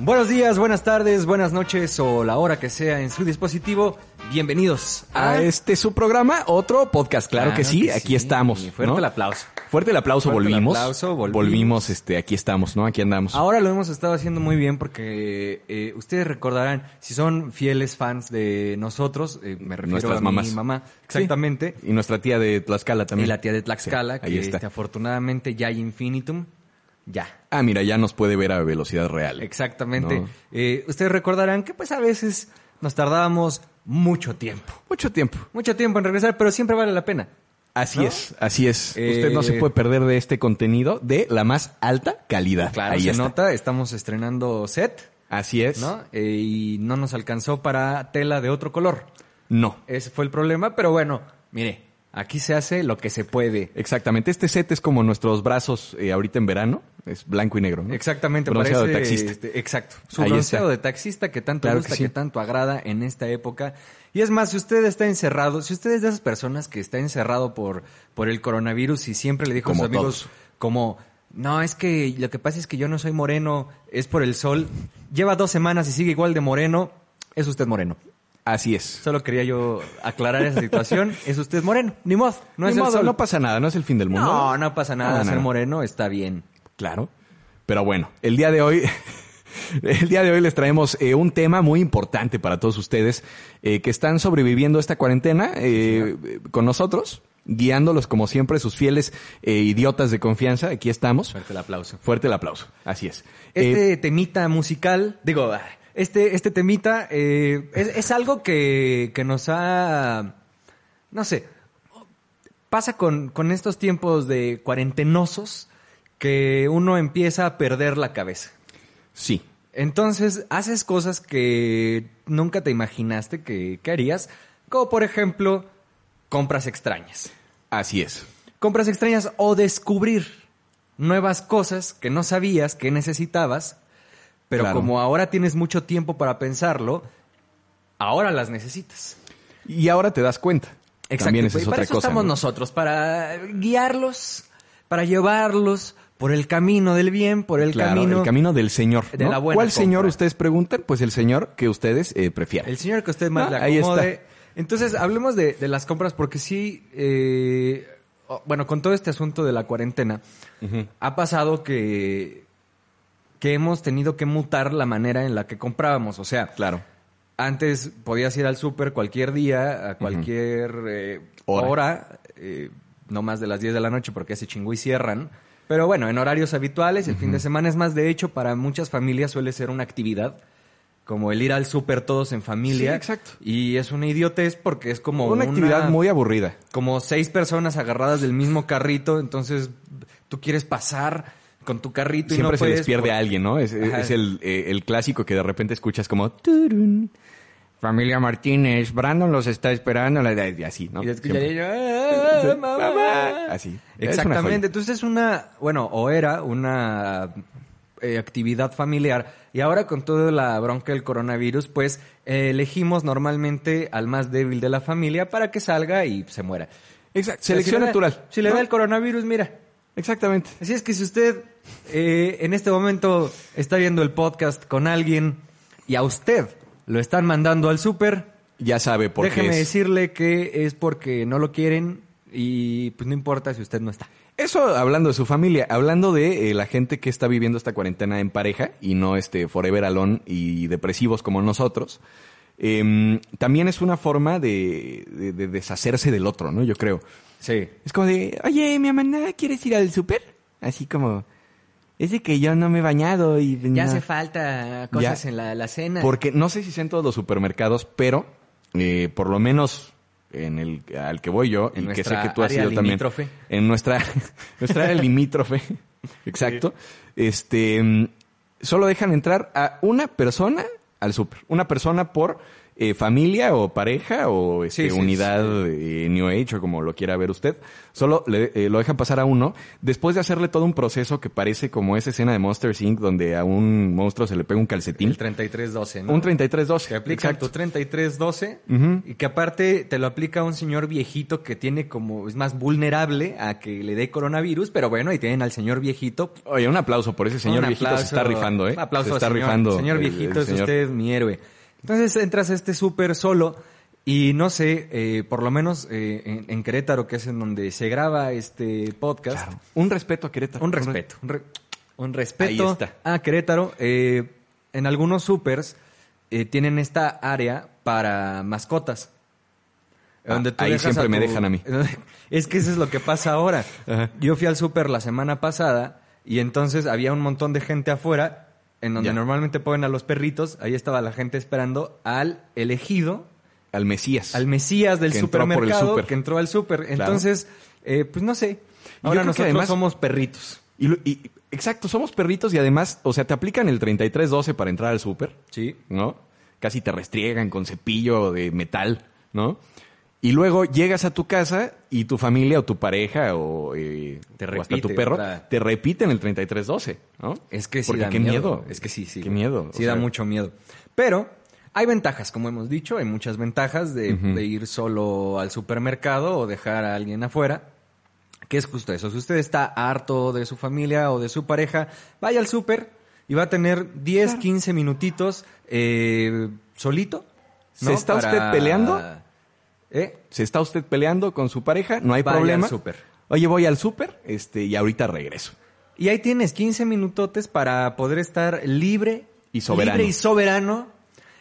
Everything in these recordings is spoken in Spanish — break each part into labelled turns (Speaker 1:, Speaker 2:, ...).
Speaker 1: Buenos días, buenas tardes, buenas noches o la hora que sea en su dispositivo. Bienvenidos
Speaker 2: a este su programa, otro podcast, claro, que sí, aquí estamos.
Speaker 1: Y Fuerte
Speaker 2: ¿no?
Speaker 1: el aplauso.
Speaker 2: Fuerte el aplauso,
Speaker 1: Fuerte el
Speaker 2: volvimos.
Speaker 1: aplauso, volvimos.
Speaker 2: este, aquí estamos, ¿no? Aquí andamos.
Speaker 1: Ahora lo hemos estado haciendo muy bien porque eh, ustedes recordarán, si son fieles fans de nosotros, eh, me refiero
Speaker 2: Nuestras
Speaker 1: a mi
Speaker 2: mamás.
Speaker 1: mamá, exactamente,
Speaker 2: Y nuestra tía de Tlaxcala
Speaker 1: y
Speaker 2: también.
Speaker 1: la tía de Tlaxcala,
Speaker 2: Sí, ahí
Speaker 1: que
Speaker 2: está.
Speaker 1: este, afortunadamente ya hay infinitum, ya.
Speaker 2: Ah, mira, ya nos puede ver a velocidad real.
Speaker 1: Exactamente.
Speaker 2: No.
Speaker 1: Eh, ustedes recordarán que pues a veces nos tardábamos mucho tiempo.
Speaker 2: Mucho tiempo.
Speaker 1: Mucho tiempo en regresar, pero siempre vale la pena.
Speaker 2: Así
Speaker 1: ¿No?
Speaker 2: es, así es.
Speaker 1: Eh,
Speaker 2: Usted no se puede perder de este contenido de la más alta calidad.
Speaker 1: Claro,
Speaker 2: ahí
Speaker 1: se
Speaker 2: está.
Speaker 1: nota, estamos estrenando set,
Speaker 2: Así es.
Speaker 1: ¿no? Eh, y no nos alcanzó para tela de otro color.
Speaker 2: No.
Speaker 1: Ese fue el problema, pero bueno, mire, aquí se hace lo que se puede.
Speaker 2: Exactamente. Este set es como nuestros brazos eh, ahorita en verano. Es blanco y negro. ¿no?
Speaker 1: Exactamente,
Speaker 2: Bronceado de
Speaker 1: parece,
Speaker 2: taxista.
Speaker 1: este, exacto. Su
Speaker 2: Ahí
Speaker 1: bronceado
Speaker 2: está.
Speaker 1: de taxista que tanto
Speaker 2: Claro
Speaker 1: gusta,
Speaker 2: que
Speaker 1: que,
Speaker 2: sí.
Speaker 1: tanto agrada en esta época. Y es más, si usted está encerrado, si usted es de esas personas que está encerrado por, por el coronavirus y siempre le dijo a sus
Speaker 2: Como
Speaker 1: amigos
Speaker 2: todos.
Speaker 1: como, no, es que lo que pasa es que yo no soy moreno, es por el sol. Lleva dos semanas y sigue igual de moreno, es usted moreno.
Speaker 2: Así es.
Speaker 1: Solo quería yo aclarar esa situación. Es usted moreno. Ni modo. No
Speaker 2: Ni
Speaker 1: es
Speaker 2: modo,
Speaker 1: el sol.
Speaker 2: no pasa nada, no es el fin del mundo.
Speaker 1: no, no pasa nada.
Speaker 2: No,
Speaker 1: Ser
Speaker 2: no.
Speaker 1: moreno está bien.
Speaker 2: Claro. Pero bueno, el día de hoy, el día de hoy les traemos eh, un tema muy importante para todos ustedes eh, que están sobreviviendo esta cuarentena eh, con nosotros, guiándolos como siempre, sus fieles eh, idiotas de confianza. Aquí estamos.
Speaker 1: Suerte el aplauso.
Speaker 2: Fuerte el aplauso. Así es. Eh,
Speaker 1: Este temita musical, digo, ah, este, este temita eh, es, es algo que, que nos ha, no sé, pasa con, con estos tiempos de cuarentenosos que uno empieza a perder la cabeza.
Speaker 2: sí.
Speaker 1: Entonces, haces cosas que nunca te imaginaste que, que harías, como por ejemplo, compras extrañas.
Speaker 2: Así es.
Speaker 1: Compras extrañas o descubrir nuevas cosas que no sabías que necesitabas, pero
Speaker 2: Claro.
Speaker 1: como ahora tienes mucho tiempo para pensarlo, ahora las necesitas.
Speaker 2: Y ahora te das cuenta. También esa
Speaker 1: Y
Speaker 2: es
Speaker 1: para
Speaker 2: otra
Speaker 1: eso
Speaker 2: cosa.
Speaker 1: estamos
Speaker 2: ¿no?
Speaker 1: nosotros, para guiarlos, para llevarlos por el camino del bien, por el
Speaker 2: Claro,
Speaker 1: camino.
Speaker 2: el camino del señor.
Speaker 1: de
Speaker 2: ¿no?
Speaker 1: la buena
Speaker 2: ¿Cuál
Speaker 1: compra.
Speaker 2: señor ustedes preguntan? Pues el señor que ustedes eh, prefieran.
Speaker 1: El señor que usted más
Speaker 2: Ah,
Speaker 1: le
Speaker 2: ahí está.
Speaker 1: acomode. Entonces, hablemos de, de las compras porque sí, eh, oh, bueno, con todo este asunto de la cuarentena, ha pasado que, que hemos tenido que mutar la manera en la que comprábamos. O sea,
Speaker 2: Claro.
Speaker 1: antes podías ir al súper cualquier día, a cualquier eh, hora,
Speaker 2: Hora.
Speaker 1: eh, no más de las 10 de la noche porque ya se chingó y cierran. Pero bueno, en horarios habituales, el fin de semana es más, de hecho, para muchas familias suele ser una actividad. Como el ir al súper todos en familia.
Speaker 2: Sí, exacto.
Speaker 1: Y es una idiotez porque es como
Speaker 2: una actividad muy aburrida.
Speaker 1: como seis personas agarradas del mismo carrito, entonces tú quieres pasar con tu carrito y
Speaker 2: Siempre
Speaker 1: no
Speaker 2: se les
Speaker 1: puedes
Speaker 2: pierde
Speaker 1: por-
Speaker 2: a alguien, ¿no? Es, es-
Speaker 1: Ajá.
Speaker 2: es el, eh, el clásico que de repente escuchas como... "Turun". Familia Martínez, Brandon los está esperando, la- la- y así, ¿no?
Speaker 1: Y es que
Speaker 2: Siempre.
Speaker 1: ya- ya- ya- ¡Ah, mamá!
Speaker 2: Mamá. Así. Es una
Speaker 1: Exactamente.
Speaker 2: joya.
Speaker 1: Entonces es una, bueno, o era una eh, actividad familiar. Y ahora con toda la bronca del coronavirus, pues eh, elegimos normalmente al más débil de la familia para que salga y se muera.
Speaker 2: Exacto.
Speaker 1: O sea,
Speaker 2: Selección
Speaker 1: si le da-
Speaker 2: natural.
Speaker 1: si le da
Speaker 2: ¿no?
Speaker 1: el coronavirus, mira.
Speaker 2: Exactamente.
Speaker 1: Así es que si usted eh, en este momento está viendo el podcast con alguien y a usted lo están mandando al súper,
Speaker 2: Ya sabe por
Speaker 1: Déjeme
Speaker 2: qué es.
Speaker 1: decirle que es porque no lo quieren y pues no importa si usted no está.
Speaker 2: Eso hablando de su familia, hablando de eh, la gente que está viviendo esta cuarentena en pareja y no este forever alone y depresivos como nosotros, em, también es una forma de, de- de deshacerse del otro, ¿no? Yo creo.
Speaker 1: Sí.
Speaker 2: Es como de, oye, mi amanda, ¿quieres ir al súper? Así como, es de que yo no me he bañado y...
Speaker 1: Ya
Speaker 2: no".
Speaker 1: hace falta cosas
Speaker 2: Ya.
Speaker 1: en la, la cena.
Speaker 2: Porque no sé si sea en todos los supermercados, pero eh, por lo menos en el al que voy yo,
Speaker 1: En
Speaker 2: y que sé
Speaker 1: nuestra
Speaker 2: que tú has
Speaker 1: área
Speaker 2: ido también.
Speaker 1: limítrofe.
Speaker 2: En nuestra, nuestra área limítrofe. Exacto. Este mm, solo dejan entrar a una persona al súper. Una persona por eh, familia o pareja o este,
Speaker 1: Sí, sí,
Speaker 2: unidad eh, New Age o como lo quiera ver usted, solo le- eh, lo dejan pasar a uno después de hacerle todo un proceso que parece como esa escena de Monster Inc. donde a un monstruo se le pega un calcetín.
Speaker 1: El 3312, ¿no?
Speaker 2: Un 3312.
Speaker 1: Te aplican
Speaker 2: exacto.
Speaker 1: tu 3312
Speaker 2: Ujú.
Speaker 1: y que aparte te lo aplica un señor viejito que tiene como, es más vulnerable a que le dé coronavirus, pero bueno, ahí tienen al señor viejito. pues,
Speaker 2: Oye, un aplauso por ese señor
Speaker 1: Un
Speaker 2: viejito se
Speaker 1: aplauso,
Speaker 2: está rifando, ¿eh?
Speaker 1: un aplauso,
Speaker 2: se está
Speaker 1: señor,
Speaker 2: rifando.
Speaker 1: Señor
Speaker 2: el- el
Speaker 1: viejito, es
Speaker 2: señor.
Speaker 1: usted mi héroe. Entonces entras a este súper solo y no sé, eh, por lo menos eh, en, en Querétaro, que es en donde se graba este podcast,
Speaker 2: Claro. Un respeto a Querétaro.
Speaker 1: un respeto. Un, re- un
Speaker 2: Ahí
Speaker 1: respeto
Speaker 2: está.
Speaker 1: a Querétaro. Eh, en algunos supers eh, tienen esta área para mascotas.
Speaker 2: Ah,
Speaker 1: Donde tú
Speaker 2: ahí
Speaker 1: dejas
Speaker 2: siempre
Speaker 1: a
Speaker 2: me
Speaker 1: tu-
Speaker 2: dejan a mí.
Speaker 1: Es que eso es lo que pasa ahora.
Speaker 2: Ajá.
Speaker 1: Yo fui al súper la semana pasada y entonces había un montón de gente afuera en donde
Speaker 2: Ya.
Speaker 1: normalmente ponen a los perritos. Ahí estaba la gente esperando al elegido,
Speaker 2: Al Mesías.
Speaker 1: al Mesías del
Speaker 2: Que entró por el
Speaker 1: supermercado
Speaker 2: súper.
Speaker 1: que entró al súper. Entonces, eh, pues no sé.
Speaker 2: yo
Speaker 1: Ahora
Speaker 2: creo que
Speaker 1: nosotros
Speaker 2: además-
Speaker 1: somos perritos.
Speaker 2: Y, lo- y- exacto, somos perritos y además, o sea, te aplican el 3312 para entrar al súper,
Speaker 1: Sí.
Speaker 2: ¿no? Casi te restriegan con cepillo de metal, ¿no? Y luego llegas a tu casa y tu familia o tu pareja o, eh,
Speaker 1: Te
Speaker 2: o hasta tu
Speaker 1: repite,
Speaker 2: perro
Speaker 1: ¿verdad?
Speaker 2: te repiten el 3312, ¿no?
Speaker 1: Es que sí
Speaker 2: Porque
Speaker 1: da
Speaker 2: qué miedo.
Speaker 1: Es que sí, sí.
Speaker 2: Qué miedo.
Speaker 1: Sí
Speaker 2: o
Speaker 1: da
Speaker 2: sea,
Speaker 1: mucho miedo. Pero hay ventajas, como hemos dicho, hay muchas ventajas de, de ir solo al supermercado o dejar a alguien afuera. Que es justo eso. Si usted está harto de su familia o de su pareja, vaya al súper y va a tener 10, 15 minutitos eh, solito.
Speaker 2: ¿Se está usted peleando?
Speaker 1: ¿Eh?
Speaker 2: Se está usted peleando con su pareja, no hay
Speaker 1: Vaya al
Speaker 2: problema.
Speaker 1: súper.
Speaker 2: Oye, voy al súper, este, y ahorita regreso.
Speaker 1: Y ahí tienes 15 minutotes para poder estar libre
Speaker 2: Y soberano.
Speaker 1: libre y soberano,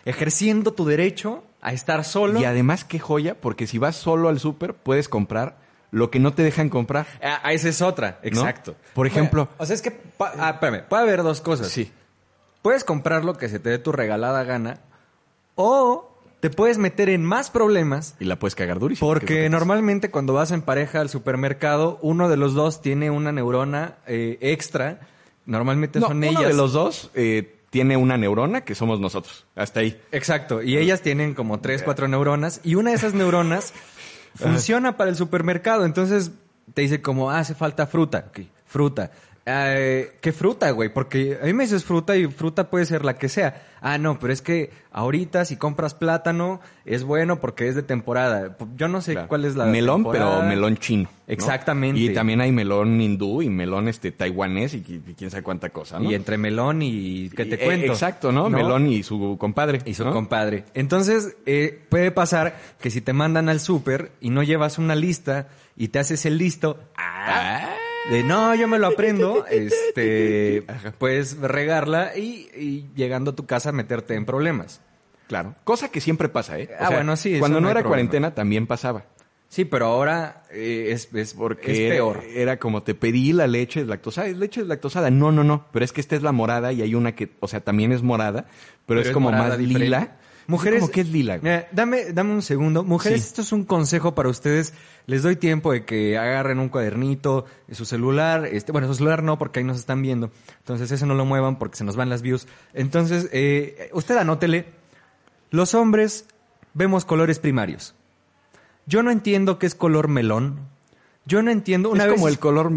Speaker 1: ejerciendo tu derecho a estar solo.
Speaker 2: Y además, qué joya, porque si vas solo al súper, puedes comprar lo que no te dejan comprar.
Speaker 1: Ah, ah, esa es otra, exacto.
Speaker 2: Por ejemplo-
Speaker 1: o sea, es que pa- ah, espérame, puede haber dos cosas.
Speaker 2: Sí.
Speaker 1: Puedes comprar lo que se te dé tu regalada gana o te puedes meter en más problemas
Speaker 2: Y la puedes cagar durísimo. que
Speaker 1: Porque
Speaker 2: es lo que
Speaker 1: normalmente cuando vas en pareja al supermercado, uno de los dos tiene una neurona eh, extra. Normalmente
Speaker 2: pasa. No,
Speaker 1: son
Speaker 2: uno
Speaker 1: ellas.
Speaker 2: de los dos eh, tiene una neurona que somos nosotros. Hasta ahí.
Speaker 1: Exacto, y ellas tienen como tres, cuatro neuronas, y una de esas neuronas funciona para el supermercado, entonces te dice como, ah, hace falta fruta, ok, fruta. Eh, ¿Qué fruta, güey? Porque a mí me dices fruta y fruta puede ser la que sea. Ah, no, pero es que ahorita si compras plátano es bueno porque es de temporada. Yo no sé
Speaker 2: Claro.
Speaker 1: cuál es la
Speaker 2: melón,
Speaker 1: temporada.
Speaker 2: pero melón chino. ¿no?
Speaker 1: Exactamente.
Speaker 2: Y también hay melón hindú y melón este taiwanés y, qui- y quién sabe cuánta cosa, ¿no?
Speaker 1: Y entre melón y qué te
Speaker 2: Eh,
Speaker 1: cuento.
Speaker 2: Exacto, ¿no? Melón y su compadre.
Speaker 1: Y su
Speaker 2: ¿no?
Speaker 1: compadre. Entonces, eh, puede pasar que si te mandan al súper y no llevas una lista y te haces el listo, ah, de no, yo me lo aprendo, este, puedes regarla y, y llegando a tu casa meterte en problemas.
Speaker 2: Claro. Cosa que siempre pasa, ¿eh?
Speaker 1: Ah, bueno, sí, eso
Speaker 2: Cuando
Speaker 1: no
Speaker 2: no
Speaker 1: hay
Speaker 2: era
Speaker 1: problema.
Speaker 2: cuarentena también pasaba.
Speaker 1: Sí, pero ahora eh, es, es,
Speaker 2: Porque
Speaker 1: es
Speaker 2: era-
Speaker 1: peor.
Speaker 2: Era, como te pedí la leche deslactosada. Es leche deslactosada. No, no, no. Pero es que esta es la morada y hay una que, o sea, también es morada, pero, es, como
Speaker 1: morada
Speaker 2: más
Speaker 1: diferente.
Speaker 2: lila.
Speaker 1: Mujeres,
Speaker 2: Como que es lila. güey.
Speaker 1: Mira, dame, dame un segundo. Mujeres,
Speaker 2: Sí.
Speaker 1: esto es un consejo para ustedes. Les doy tiempo de que agarren un cuadernito, su celular. Este, bueno, su celular no, porque ahí nos están viendo. Entonces, eso no lo muevan porque se nos van las views. Entonces, eh, usted anótele. Los hombres vemos colores primarios. Yo no entiendo qué es color melón. Yo no entiendo. Una
Speaker 2: es
Speaker 1: vez
Speaker 2: como el color.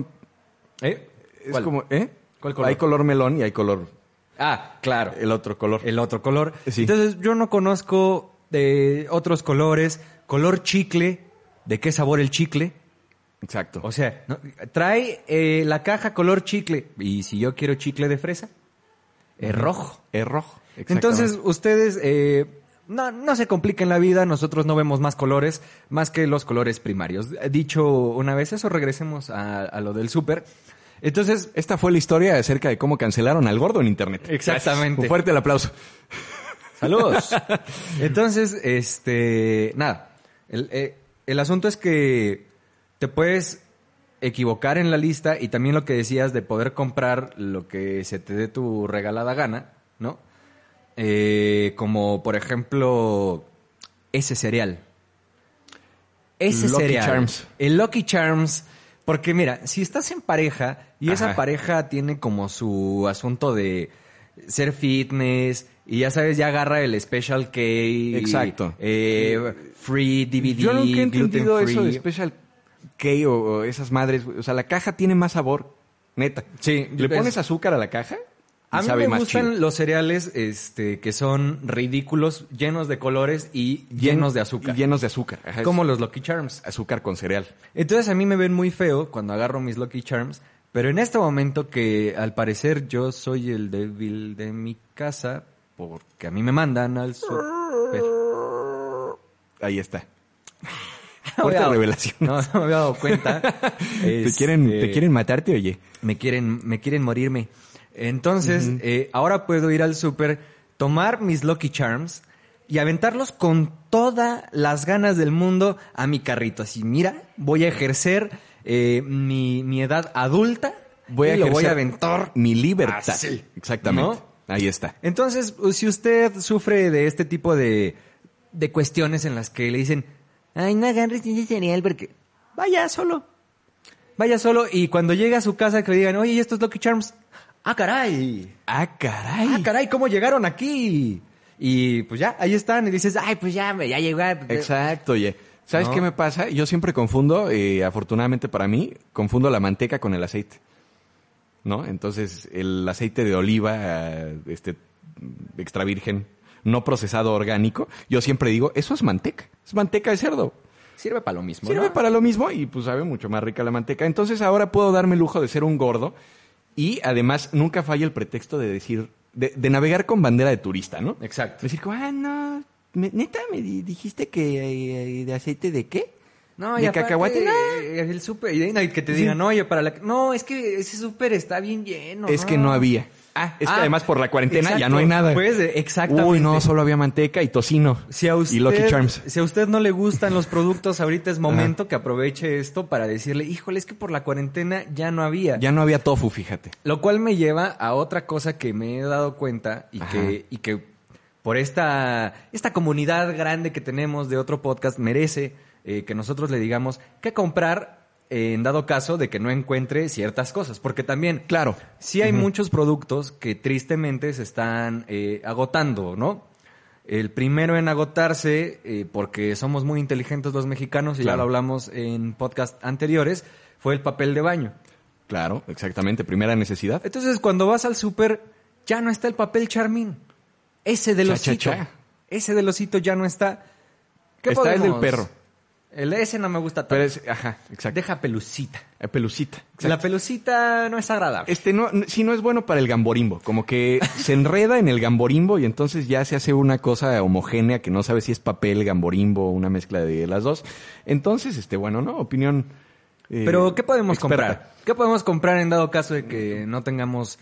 Speaker 1: ¿Eh?
Speaker 2: Es
Speaker 1: ¿Cuál?
Speaker 2: como, ¿eh?
Speaker 1: ¿Cuál color?
Speaker 2: Hay color melón y hay color.
Speaker 1: Ah, claro.
Speaker 2: El otro color.
Speaker 1: el otro color.
Speaker 2: Sí.
Speaker 1: Entonces, yo no conozco de otros colores. Color chicle, ¿de qué sabor el chicle?
Speaker 2: Exacto.
Speaker 1: O sea, no- trae eh, la caja color chicle. Y si yo quiero chicle de fresa, es rojo.
Speaker 2: es rojo. Exactamente.
Speaker 1: Entonces, ustedes eh, no, no se compliquen la vida. Nosotros no vemos más colores más que los colores primarios. Dicho una vez eso, regresemos a, a lo del súper. Entonces,
Speaker 2: Esta fue la historia acerca de cómo cancelaron al gordo en internet.
Speaker 1: Exactamente.
Speaker 2: Gracias. Un fuerte el aplauso.
Speaker 1: Saludos. Entonces, este, nada, el, eh, el asunto es que te puedes equivocar en la lista y también lo que decías de poder comprar lo que se te dé tu regalada gana, ¿no? Eh, como por ejemplo ese cereal. Ese
Speaker 2: Lucky
Speaker 1: cereal.
Speaker 2: Charms.
Speaker 1: El Lucky Charms. Porque mira, si estás en pareja y esa
Speaker 2: Ajá.
Speaker 1: pareja tiene como su asunto de ser fitness y ya sabes, ya agarra el Special K. y,
Speaker 2: Exacto.
Speaker 1: eh, free DVD.
Speaker 2: Yo nunca he entendido
Speaker 1: gluten
Speaker 2: eso de
Speaker 1: free.
Speaker 2: Special K o, o esas madres. güey. O sea, la caja tiene más sabor, neta.
Speaker 1: Sí,
Speaker 2: ¿Le
Speaker 1: es-
Speaker 2: pones azúcar a la caja? y
Speaker 1: A mí
Speaker 2: sabe
Speaker 1: me
Speaker 2: más
Speaker 1: gustan
Speaker 2: chido.
Speaker 1: los cereales este, que son ridículos, llenos de colores y llenos de azúcar.
Speaker 2: Y llenos de azúcar. Ajá, es
Speaker 1: Como los Lucky Charms.
Speaker 2: azúcar con cereal.
Speaker 1: Entonces a mí me ven muy feo cuando agarro mis Lucky Charms, pero en este momento que al parecer yo soy el débil de mi casa, porque a mí me mandan al súper.
Speaker 2: Ahí está. Fuerte revelación.
Speaker 1: No, no me había dado cuenta.
Speaker 2: ¿Te, quieren,
Speaker 1: Este,
Speaker 2: ¿Te quieren matarte, oye?
Speaker 1: Me quieren, me quieren morirme. Entonces, eh, ahora puedo ir al súper, tomar mis Lucky Charms y aventarlos con todas las ganas del mundo a mi carrito. Así, mira, voy a ejercer eh, mi, mi edad adulta y lo voy a aventar.
Speaker 2: mi libertad.
Speaker 1: así,
Speaker 2: Exactamente.
Speaker 1: Ah, ¿no?
Speaker 2: Ahí está.
Speaker 1: Entonces, pues, si usted sufre de este tipo de, de cuestiones en las que le dicen, ay, no agarres ese cereal porque vaya solo. Vaya solo y cuando llegue a su casa que le digan, oye, ¿y estos Lucky Charms? ¡Ah, caray!
Speaker 2: Ah, caray.
Speaker 1: ¡Ah, caray! ¿Cómo llegaron aquí? Y pues ya, ahí están. Y dices, ay, pues ya, me- ya llegó.
Speaker 2: Exacto, oye. ¿Sabes
Speaker 1: No.
Speaker 2: qué me pasa? Yo siempre confundo, eh, afortunadamente para mí, confundo la manteca con el aceite. ¿No? Entonces, el aceite de oliva, eh, este, mm, extra virgen, no procesado orgánico, yo siempre digo, eso es manteca. Es manteca de cerdo.
Speaker 1: Sirve para lo mismo.
Speaker 2: Sirve para lo mismo y pues sabe mucho más rica la manteca. Entonces ahora puedo darme el lujo de ser un gordo y además nunca falla el pretexto de decir, de, de navegar con bandera de turista, ¿no?
Speaker 1: Exacto.
Speaker 2: Decir, como, ah, no, me- neta, me di- dijiste que eh, de aceite de qué?
Speaker 1: No,
Speaker 2: ¿De
Speaker 1: y aparte,
Speaker 2: cacahuate? No.
Speaker 1: eh, El súper, y no, y que te digan, oye, para la... No, es que ese súper está bien lleno.
Speaker 2: es que no había. Ah, es que
Speaker 1: Ah,
Speaker 2: además por la cuarentena ya
Speaker 1: exacto.
Speaker 2: no hay nada.
Speaker 1: Pues, eh, exactamente.
Speaker 2: Uy, no, solo había manteca y tocino.
Speaker 1: Si a usted,
Speaker 2: Y Lucky Charms.
Speaker 1: Si a usted no le gustan los productos, ahorita es momento que aproveche esto para decirle, híjole, es que por la cuarentena ya no había.
Speaker 2: Ya no había tofu, fíjate.
Speaker 1: Lo cual me lleva a otra cosa que me he dado cuenta y
Speaker 2: Ajá.
Speaker 1: que, y que por esta, esta comunidad grande que tenemos de otro podcast merece eh, que nosotros le digamos qué comprar eh, en dado caso de que no encuentre ciertas cosas. Porque también,
Speaker 2: Claro.
Speaker 1: sí hay muchos productos que tristemente se están eh, agotando, ¿no? El primero en agotarse, eh, porque somos muy inteligentes los mexicanos, y ya
Speaker 2: Claro.
Speaker 1: lo hablamos en podcast anteriores, fue el papel de baño.
Speaker 2: Claro, exactamente. Primera necesidad.
Speaker 1: Entonces, cuando vas al súper, ya no está el papel charmín. Ese del
Speaker 2: Cha,
Speaker 1: osito.
Speaker 2: cha, cha.
Speaker 1: Ese del osito ya no está.
Speaker 2: Está el del perro.
Speaker 1: El ese no me gusta tanto.
Speaker 2: Pero es, ajá, exacto.
Speaker 1: Deja pelucita.
Speaker 2: Eh, Pelucita. exacto.
Speaker 1: La pelucita no es agradable.
Speaker 2: Este no, si no es bueno para el gamborimbo, como que se enreda en el gamborimbo y entonces ya se hace una cosa homogénea que no sabe si es papel, gamborimbo o una mezcla de las dos. Entonces, este, bueno, ¿no? Opinión. eh,
Speaker 1: Pero, ¿qué podemos
Speaker 2: experta.
Speaker 1: comprar? ¿Qué podemos comprar en dado caso de que no tengamos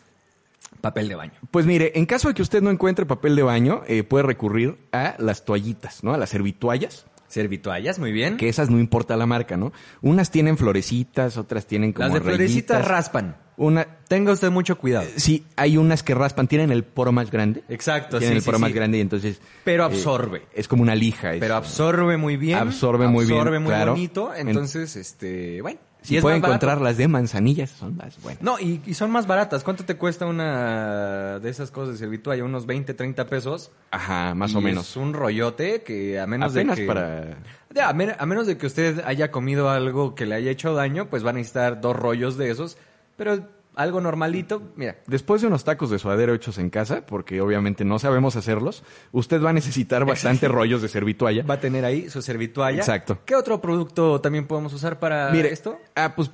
Speaker 1: papel de baño?
Speaker 2: Pues mire, en caso de que usted no encuentre papel de baño, eh, puede recurrir a las toallitas, ¿no? A las servituallas,
Speaker 1: Servituallas, muy bien.
Speaker 2: que esas no importa la marca, ¿no? Unas tienen florecitas, otras tienen como
Speaker 1: Las de florecitas
Speaker 2: rayitas.
Speaker 1: raspan.
Speaker 2: Una,
Speaker 1: Tenga usted mucho cuidado.
Speaker 2: sí, hay unas que raspan, tienen el poro más grande.
Speaker 1: Exacto,
Speaker 2: Tienen
Speaker 1: sí,
Speaker 2: el
Speaker 1: sí,
Speaker 2: poro más
Speaker 1: sí.
Speaker 2: grande y entonces...
Speaker 1: Pero
Speaker 2: eh,
Speaker 1: absorbe.
Speaker 2: es como una lija. es-
Speaker 1: Pero absorbe muy bien.
Speaker 2: Absorbe muy bien,
Speaker 1: Absorbe muy
Speaker 2: claro.
Speaker 1: bonito. Entonces, este, bueno. y
Speaker 2: si
Speaker 1: es
Speaker 2: puede
Speaker 1: más barato.
Speaker 2: encontrar las de manzanillas, son las buenas.
Speaker 1: No, y, y son más baratas. ¿Cuánto te cuesta una de esas cosas de servitualla? Unos 20, 30 pesos.
Speaker 2: Ajá, más o
Speaker 1: Y
Speaker 2: menos.
Speaker 1: Es un rollote que a menos
Speaker 2: Apenas
Speaker 1: de que...
Speaker 2: para...
Speaker 1: Ya, a, men- a menos de que usted haya comido algo que le haya hecho daño, pues van a necesitar dos rollos de esos. Pero algo normalito, mira.
Speaker 2: Después de unos tacos de suadero hechos en casa, porque obviamente no sabemos hacerlos, usted va a necesitar bastante rollos de servitualla.
Speaker 1: Va a tener ahí su servitualla.
Speaker 2: Exacto.
Speaker 1: ¿Qué otro producto también podemos usar para
Speaker 2: Mire,
Speaker 1: esto?
Speaker 2: Ah, pues,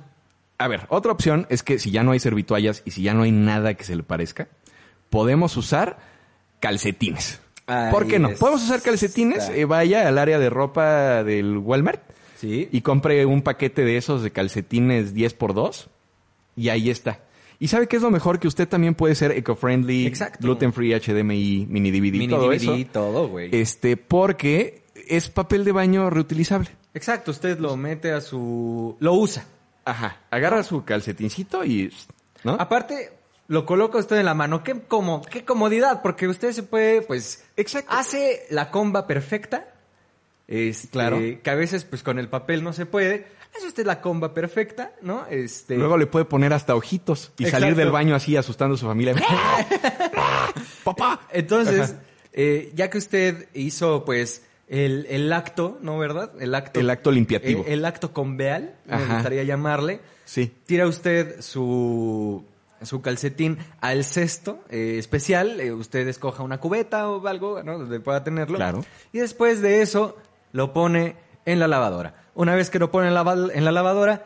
Speaker 2: a ver, otra opción es que si ya no hay servituallas y si ya no hay nada que se le parezca, podemos usar calcetines.
Speaker 1: Ahí
Speaker 2: ¿Por qué no?
Speaker 1: está.
Speaker 2: Podemos usar calcetines, eh, vaya al área de ropa del Walmart
Speaker 1: Sí.
Speaker 2: y compre un paquete de esos de calcetines 10x2 y ahí está. ¿Y sabe qué es lo mejor? Que usted también puede ser eco-friendly,
Speaker 1: Exacto.
Speaker 2: gluten-free, HDMI, mini DVD,
Speaker 1: Mini
Speaker 2: todo
Speaker 1: DVD,
Speaker 2: eso.
Speaker 1: todo, güey.
Speaker 2: Este, porque es papel de baño reutilizable.
Speaker 1: Exacto, usted lo mete a su... Lo usa.
Speaker 2: Ajá. Agarra su calcetincito y. ¿No?
Speaker 1: Aparte, lo coloca usted en la mano. Qué, como,
Speaker 2: Ah,
Speaker 1: qué comodidad, porque usted se puede, pues,
Speaker 2: Exacto.
Speaker 1: hace la comba perfecta Este,
Speaker 2: Claro.
Speaker 1: Que a veces, pues con el papel no se puede. Eso esta es la comba perfecta, ¿no? Este,
Speaker 2: Luego le puede poner hasta ojitos y
Speaker 1: Exacto.
Speaker 2: salir del baño así asustando a su familia. ¡Papá!
Speaker 1: Entonces,
Speaker 2: Ajá.
Speaker 1: eh, ya que usted hizo, pues, el, el acto, ¿no, verdad? El acto.
Speaker 2: El acto limpiativo.
Speaker 1: El, el acto conveal, me
Speaker 2: Ajá.
Speaker 1: gustaría llamarle.
Speaker 2: Sí.
Speaker 1: Tira usted su, su calcetín al cesto eh, especial. eh, usted escoja una cubeta o algo, ¿no? Donde pueda tenerlo.
Speaker 2: Claro.
Speaker 1: Y después de eso, lo pone en la lavadora. Una vez que lo pone en la, val- en la lavadora,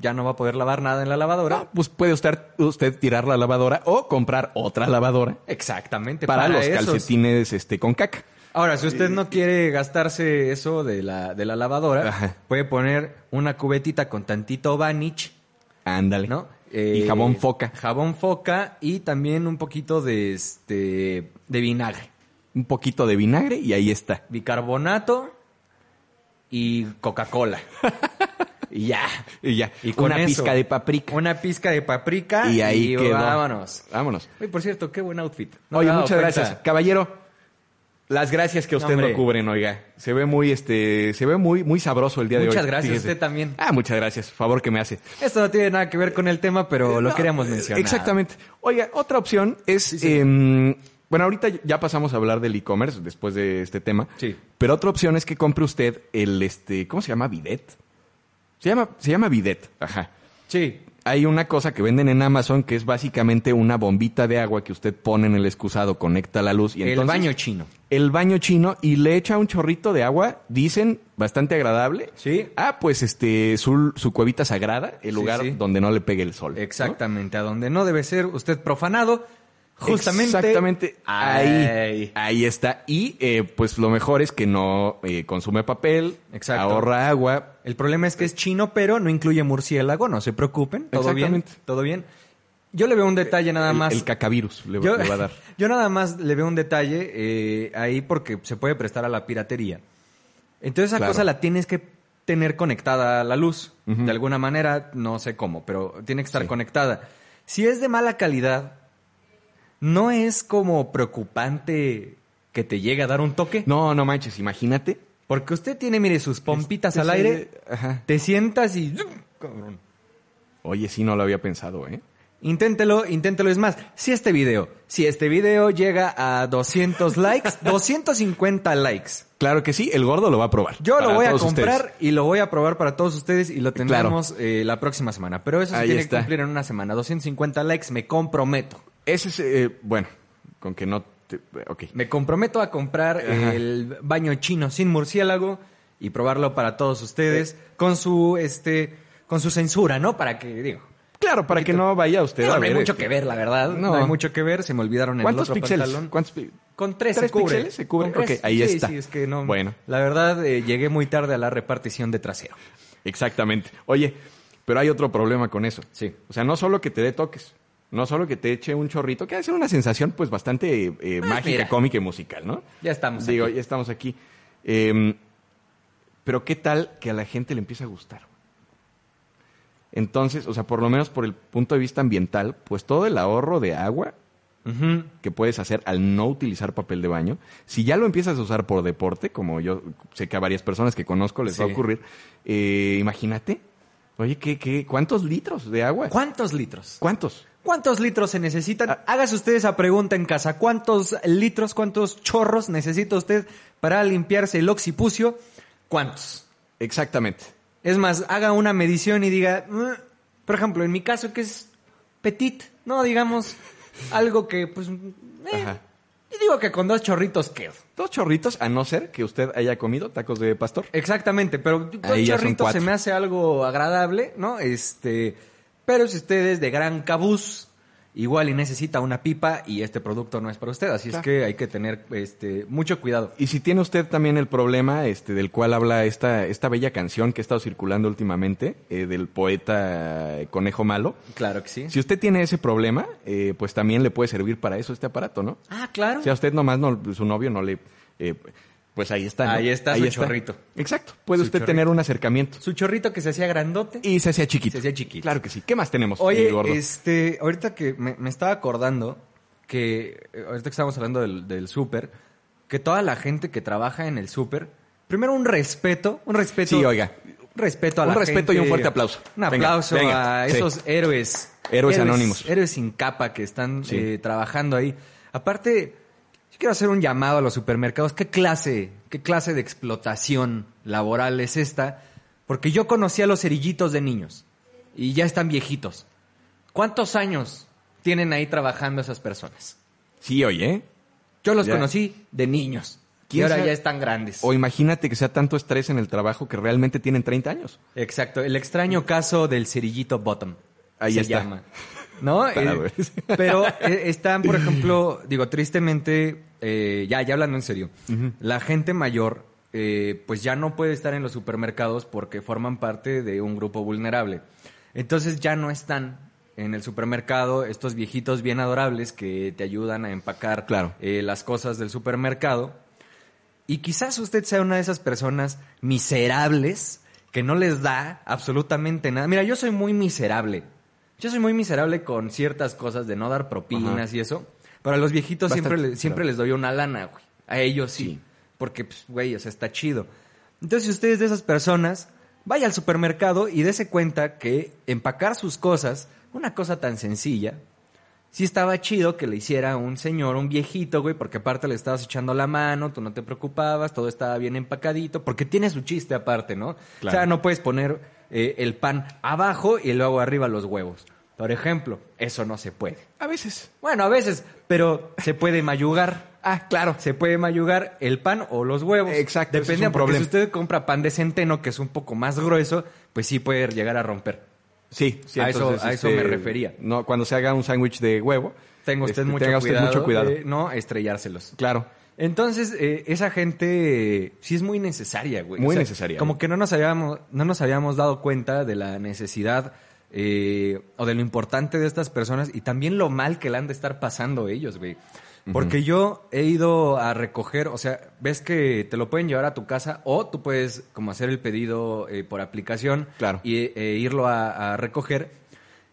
Speaker 1: ya no va a poder lavar nada en la lavadora.
Speaker 2: No, pues puede usted, usted tirar la lavadora o comprar otra lavadora
Speaker 1: Exactamente.
Speaker 2: para, los
Speaker 1: esos.
Speaker 2: calcetines Eh, este, con caca.
Speaker 1: Ahora, si usted no quiere gastarse eso de la, de la lavadora,
Speaker 2: Ajá.
Speaker 1: puede poner una cubetita con tantito vanish,
Speaker 2: Ándale.
Speaker 1: ¿no?
Speaker 2: y
Speaker 1: Eh,
Speaker 2: jabón foca.
Speaker 1: Jabón foca y también un poquito de este de vinagre.
Speaker 2: Un poquito de vinagre y ahí está.
Speaker 1: Bicarbonato y Coca-Cola. y ya.
Speaker 2: Y ya.
Speaker 1: Y con
Speaker 2: una
Speaker 1: eso,
Speaker 2: pizca de paprika.
Speaker 1: Una pizca de paprika
Speaker 2: Y ahí quedó.
Speaker 1: vámonos.
Speaker 2: Vámonos.
Speaker 1: Oye, por cierto, qué buen outfit. No me
Speaker 2: Oye,
Speaker 1: había
Speaker 2: muchas
Speaker 1: dado
Speaker 2: gracias.
Speaker 1: cuenta.
Speaker 2: Caballero, las gracias que a usted
Speaker 1: Hombre.
Speaker 2: no cubren, oiga. Se ve muy, este, se ve muy, muy sabroso el día de hoy.
Speaker 1: Muchas gracias,
Speaker 2: fíjese.
Speaker 1: usted también.
Speaker 2: Ah, muchas gracias. Favor que me hace.
Speaker 1: Esto no tiene nada que ver con el tema, pero lo
Speaker 2: No,
Speaker 1: queríamos
Speaker 2: eh,
Speaker 1: mencionar.
Speaker 2: Exactamente. Oiga, otra opción es.
Speaker 1: sí.
Speaker 2: em, bueno, ahorita ya pasamos a hablar del e-commerce después de este tema.
Speaker 1: Sí.
Speaker 2: Pero otra opción es que compre usted el este. ¿Cómo se llama? Bidet. Se llama, se llama bidet. Ajá.
Speaker 1: Sí.
Speaker 2: Hay una cosa que venden en Amazon que es básicamente una bombita de agua que usted pone en el excusado, conecta la luz y
Speaker 1: el
Speaker 2: entonces
Speaker 1: baño chino.
Speaker 2: el baño chino y le echa un chorrito de agua, dicen, bastante agradable.
Speaker 1: Sí.
Speaker 2: Ah, pues este, su, su cuevita sagrada, el
Speaker 1: Sí,
Speaker 2: lugar
Speaker 1: sí.
Speaker 2: donde no le pegue el sol. ¿no?
Speaker 1: Exactamente, a donde no debe ser usted profanado. Justamente.
Speaker 2: Exactamente. Ahí.
Speaker 1: Ay.
Speaker 2: Ahí está. Y eh, pues lo mejor es que no eh, consume papel,
Speaker 1: Exacto.
Speaker 2: ahorra agua.
Speaker 1: El problema es que es chino, pero no incluye murciélago, no se preocupen. Todo bien.
Speaker 2: Exactamente.
Speaker 1: Todo bien. Yo le veo un detalle nada
Speaker 2: el,
Speaker 1: más.
Speaker 2: El cacavirus le,
Speaker 1: yo,
Speaker 2: le va a dar.
Speaker 1: yo nada más le veo un detalle eh, ahí porque se puede prestar a la piratería. Entonces esa
Speaker 2: Claro.
Speaker 1: cosa la tienes que tener conectada a la luz. De alguna manera, no sé cómo, pero tiene que estar
Speaker 2: Sí.
Speaker 1: conectada. Si es de mala calidad, ¿no es como preocupante que te llegue a dar un toque?
Speaker 2: No, no manches, imagínate.
Speaker 1: Porque usted tiene, mire, sus pompitas
Speaker 2: Este,
Speaker 1: al aire,
Speaker 2: Ajá.
Speaker 1: te sientas y...
Speaker 2: Oye, sí, no lo había pensado, ¿eh?
Speaker 1: Inténtelo, inténtelo. Es más, si este video, si este video llega a 200 likes, 250 likes,
Speaker 2: Claro que sí, el gordo lo va a probar.
Speaker 1: yo lo
Speaker 2: Para
Speaker 1: voy a
Speaker 2: todos
Speaker 1: comprar
Speaker 2: ustedes.
Speaker 1: y lo voy a probar para todos ustedes y lo
Speaker 2: Claro.
Speaker 1: tendremos eh, la próxima semana. Pero eso se
Speaker 2: Ahí
Speaker 1: tiene
Speaker 2: está.
Speaker 1: que cumplir en una semana. 250 likes, me comprometo.
Speaker 2: Ese es, eh, bueno, con que no... Te, ok.
Speaker 1: Me comprometo a comprar
Speaker 2: Ajá.
Speaker 1: el baño chino sin murciélago y probarlo para todos ustedes
Speaker 2: Eh.
Speaker 1: con su, este, con su censura, ¿no? Para que, digo...
Speaker 2: Claro, para que no vaya usted
Speaker 1: no,
Speaker 2: a
Speaker 1: no hay
Speaker 2: ver,
Speaker 1: mucho
Speaker 2: este,
Speaker 1: que ver, la verdad. No.
Speaker 2: No.
Speaker 1: hay mucho que ver. Se me olvidaron en el
Speaker 2: ¿Cuántos
Speaker 1: otro
Speaker 2: píxeles?
Speaker 1: pantalón.
Speaker 2: ¿Cuántos pi-
Speaker 1: Con tres,
Speaker 2: ¿Tres
Speaker 1: se cubre.
Speaker 2: píxeles se cubre?
Speaker 1: Con tres.
Speaker 2: Ok, ahí
Speaker 1: Sí,
Speaker 2: está.
Speaker 1: Sí, es que no.
Speaker 2: Bueno.
Speaker 1: La verdad, eh, llegué muy tarde a la repartición de trasero.
Speaker 2: Exactamente. Oye, pero hay otro problema con eso.
Speaker 1: Sí.
Speaker 2: O sea, no solo que te dé toques, no solo que te eche un chorrito, que ha de ser una sensación pues bastante eh, mágica,
Speaker 1: mira.
Speaker 2: cómica y musical, ¿no?
Speaker 1: Ya estamos
Speaker 2: Digo,
Speaker 1: aquí.
Speaker 2: ya estamos aquí. Eh, pero ¿qué tal que a la gente le empiece a gustar? Entonces, o sea, por lo menos por el punto de vista ambiental, pues todo el ahorro de agua
Speaker 1: Ujú.
Speaker 2: que puedes hacer al no utilizar papel de baño. Si ya lo empiezas a usar por deporte, como yo sé que a varias personas que conozco les va a
Speaker 1: Sí.
Speaker 2: ocurrir, eh, imagínate, oye, ¿qué, qué, ¿cuántos litros de agua?
Speaker 1: ¿Cuántos litros?
Speaker 2: ¿Cuántos?
Speaker 1: ¿Cuántos litros se necesitan?
Speaker 2: Ah.
Speaker 1: Hágase usted esa pregunta en casa. ¿Cuántos litros, cuántos chorros necesita usted para limpiarse el occipucio? ¿Cuántos?
Speaker 2: Exactamente.
Speaker 1: Es más, haga una medición y diga, "Mm", por ejemplo, en mi caso que es petit, no digamos algo que pues eh,
Speaker 2: Ajá.
Speaker 1: yo digo que con dos chorritos quedo.
Speaker 2: Dos chorritos, a no ser que usted haya comido tacos de pastor.
Speaker 1: Exactamente, pero dos
Speaker 2: Ahí ya son
Speaker 1: chorritos se
Speaker 2: cuatro.
Speaker 1: me hace algo agradable, ¿no? Este, pero si usted es de gran cabuz, igual y necesita una pipa y este producto no es para usted, así es
Speaker 2: Claro.
Speaker 1: que hay que tener este mucho cuidado.
Speaker 2: Y si tiene usted también el problema este, del cual habla esta, esta bella canción que ha estado circulando últimamente, eh, del poeta eh, Conejo Malo,
Speaker 1: Claro que sí.
Speaker 2: si usted tiene ese problema, eh, pues también le puede servir para eso este aparato, ¿no?
Speaker 1: Ah, claro.
Speaker 2: O sea, usted nomás, no, su novio no le... eh, pues ahí está. ¿no?
Speaker 1: Ahí está su chorrito.
Speaker 2: Exacto. Puede
Speaker 1: Su
Speaker 2: usted
Speaker 1: chorrito.
Speaker 2: tener un acercamiento.
Speaker 1: Su chorrito que se hacía grandote.
Speaker 2: Y se hacía chiquito.
Speaker 1: Se hacía chiquito.
Speaker 2: Claro que sí. ¿Qué más tenemos,
Speaker 1: Oye,
Speaker 2: eh, gordo?
Speaker 1: este, ahorita que me, me estaba acordando que, eh, ahorita que estábamos hablando del, del súper, que toda la gente que trabaja en el súper primero un respeto, un respeto.
Speaker 2: Sí, oiga.
Speaker 1: un Respeto a
Speaker 2: Un
Speaker 1: la
Speaker 2: respeto y
Speaker 1: gente.
Speaker 2: un fuerte aplauso.
Speaker 1: Un
Speaker 2: Venga,
Speaker 1: aplauso
Speaker 2: venga,
Speaker 1: a
Speaker 2: sí.
Speaker 1: esos héroes.
Speaker 2: Héroes anónimos.
Speaker 1: Héroes sin capa que están
Speaker 2: Sí.
Speaker 1: eh, trabajando ahí. Aparte, yo quiero hacer un llamado a los supermercados. ¿Qué clase, qué clase de explotación laboral es esta? Porque yo conocí a los cerillitos de niños y ya están viejitos. ¿Cuántos años tienen ahí trabajando esas personas?
Speaker 2: Sí, oye. ¿eh?
Speaker 1: Yo los
Speaker 2: Ya.
Speaker 1: conocí de niños. Y
Speaker 2: ¿Quién
Speaker 1: ahora
Speaker 2: sea-
Speaker 1: ya están grandes.
Speaker 2: O imagínate que sea tanto estrés en el trabajo que realmente tienen 30 años.
Speaker 1: Exacto. El extraño caso del cerillito bottom.
Speaker 2: Ahí
Speaker 1: se
Speaker 2: está.
Speaker 1: llama. ¿No? Eh,
Speaker 2: Tarado eres.
Speaker 1: pero eh, están, por ejemplo, digo, tristemente, eh, ya, ya hablando en serio, la gente mayor, eh, pues ya no puede estar en los supermercados porque forman parte de un grupo vulnerable. Entonces ya no están en el supermercado estos viejitos bien adorables que te ayudan a empacar
Speaker 2: Claro.
Speaker 1: eh, las cosas del supermercado. Y quizás usted sea una de esas personas miserables que no les da absolutamente nada. Mira, yo soy muy miserable. Yo soy muy miserable con ciertas cosas de no dar propinas
Speaker 2: Ajá.
Speaker 1: y eso. Pero a los viejitos
Speaker 2: Bastante
Speaker 1: siempre, le- siempre
Speaker 2: miserable.
Speaker 1: les doy una lana, güey. A ellos sí.
Speaker 2: Sí.
Speaker 1: Porque, pues, güey, o sea, está chido. Entonces, si usted es de esas personas, vaya al supermercado y dese cuenta que empacar sus cosas, una cosa tan sencilla, sí estaba chido que le hiciera un señor, un viejito, güey, porque aparte le estabas echando la mano, tú no te preocupabas, todo estaba bien empacadito, porque tiene su chiste aparte, ¿no?
Speaker 2: Claro.
Speaker 1: O sea, no puedes poner eh, el pan abajo y luego arriba los huevos. Por ejemplo, eso no se puede.
Speaker 2: A veces.
Speaker 1: Bueno, a veces, pero se puede mayugar.
Speaker 2: Ah, claro.
Speaker 1: Se puede mayugar el pan o los huevos.
Speaker 2: Exacto, ese
Speaker 1: Depende,
Speaker 2: es un
Speaker 1: porque
Speaker 2: problema.
Speaker 1: si usted compra pan de centeno, que es un poco más grueso, pues sí puede llegar a romper.
Speaker 2: Sí, sí, este,
Speaker 1: A eso- a eso me refería.
Speaker 2: No, cuando se haga un sándwich de huevo.
Speaker 1: Tenga usted,
Speaker 2: este,
Speaker 1: mucho,
Speaker 2: tenga
Speaker 1: cuidado
Speaker 2: mucho cuidado.
Speaker 1: de no estrellárselos.
Speaker 2: Claro.
Speaker 1: Entonces, eh, esa gente eh, sí es muy necesaria, güey.
Speaker 2: Muy necesaria.
Speaker 1: Como que no nos habíamos, no nos habíamos dado cuenta de la necesidad eh, o de lo importante de estas personas y también lo mal que le han de estar pasando ellos, güey. Porque yo he ido a recoger, o sea, ves que te lo pueden llevar a tu casa o tú puedes como hacer el pedido eh, por aplicación
Speaker 2: Claro.
Speaker 1: y eh, irlo a- a recoger.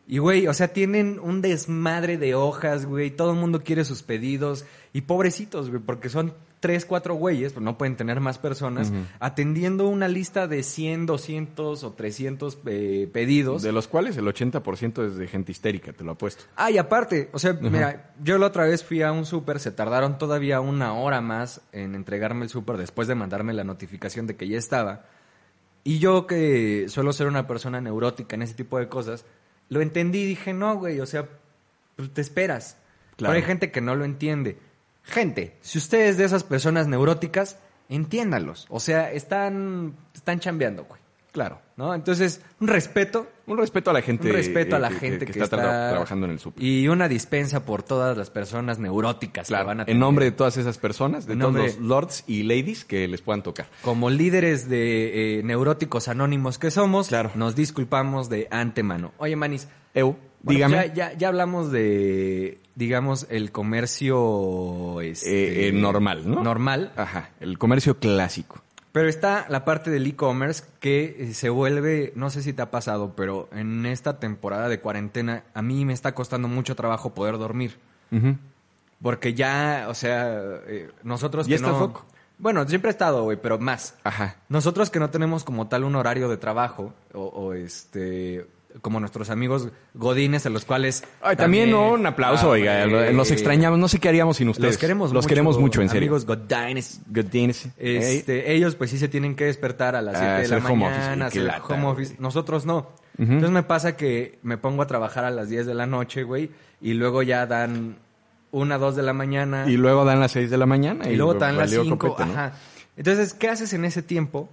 Speaker 1: Y, güey, o sea, tienen un desmadre de hojas, güey. Todo el mundo quiere sus pedidos. Y pobrecitos, güey, porque son tres, cuatro güeyes, pues no pueden tener más personas, atendiendo una lista de 100, 200 o 300 eh, pedidos.
Speaker 2: De los cuales el 80% es de gente histérica, te lo apuesto.
Speaker 1: Ah, y aparte, o sea, mira, yo la otra vez fui a un súper, se tardaron todavía una hora más en entregarme el súper después de mandarme la notificación de que ya estaba. Y yo que suelo ser una persona neurótica en ese tipo de cosas, lo entendí y dije, no, güey, o sea, pues, te esperas. Pero
Speaker 2: Claro.
Speaker 1: hay gente que no lo entiende. Gente, si usted es de esas personas neuróticas, entiéndalos. O sea, están, están chambeando, güey.
Speaker 2: Claro.
Speaker 1: ¿No? Entonces, un respeto
Speaker 2: Un respeto a la gente.
Speaker 1: un respeto a
Speaker 2: eh,
Speaker 1: la
Speaker 2: que-
Speaker 1: gente
Speaker 2: que, está, tra- trabajando en el súper.
Speaker 1: Y una dispensa por todas las personas neuróticas
Speaker 2: Claro,
Speaker 1: que van a tener.
Speaker 2: en nombre de todas esas personas, de
Speaker 1: En
Speaker 2: todos
Speaker 1: nombre-
Speaker 2: los lords y ladies que les puedan tocar.
Speaker 1: Como líderes de eh, neuróticos anónimos que somos,
Speaker 2: Claro.
Speaker 1: nos disculpamos de antemano. Oye, Manis,
Speaker 2: Eu,
Speaker 1: bueno, pues
Speaker 2: dígame.
Speaker 1: Ya, ya- ya hablamos de, digamos, el comercio... este,
Speaker 2: Eh, eh, normal, ¿no?
Speaker 1: Normal.
Speaker 2: Ajá, el comercio clásico.
Speaker 1: Pero está la parte del e-commerce que eh, se vuelve, no sé si te ha pasado, pero en esta temporada de cuarentena a mí me está costando mucho trabajo poder dormir.
Speaker 2: Ujú.
Speaker 1: Porque ya, o sea, eh, nosotros
Speaker 2: ¿Ya
Speaker 1: que
Speaker 2: estás
Speaker 1: no...
Speaker 2: loco?
Speaker 1: Bueno, siempre he estado, güey, pero más.
Speaker 2: Ajá.
Speaker 1: Nosotros que no tenemos como tal un horario de trabajo, o, o, este, como nuestros amigos godines, a los cuales...
Speaker 2: Ay, también, ¿no? un aplauso,
Speaker 1: Ah,
Speaker 2: oiga.
Speaker 1: hombre.
Speaker 2: Los extrañamos, no sé qué haríamos sin ustedes.
Speaker 1: Los queremos
Speaker 2: Los queremos mucho, en serio.
Speaker 1: Amigos godines.
Speaker 2: Good things.
Speaker 1: Este, ellos pues sí se tienen que despertar a las
Speaker 2: Ah,
Speaker 1: 7 de la
Speaker 2: hacer home
Speaker 1: mañana,
Speaker 2: office, qué
Speaker 1: hacer
Speaker 2: lata,
Speaker 1: home
Speaker 2: güey.
Speaker 1: office. Nosotros no. Entonces me pasa que me pongo a trabajar a las 10 de la noche, güey, y luego ya dan una, 2 de la mañana.
Speaker 2: Y luego dan las 6 de la mañana.
Speaker 1: Y luego te dan las
Speaker 2: valió
Speaker 1: 5.
Speaker 2: copete, ¿no?
Speaker 1: Ajá. Entonces, ¿qué haces en ese tiempo?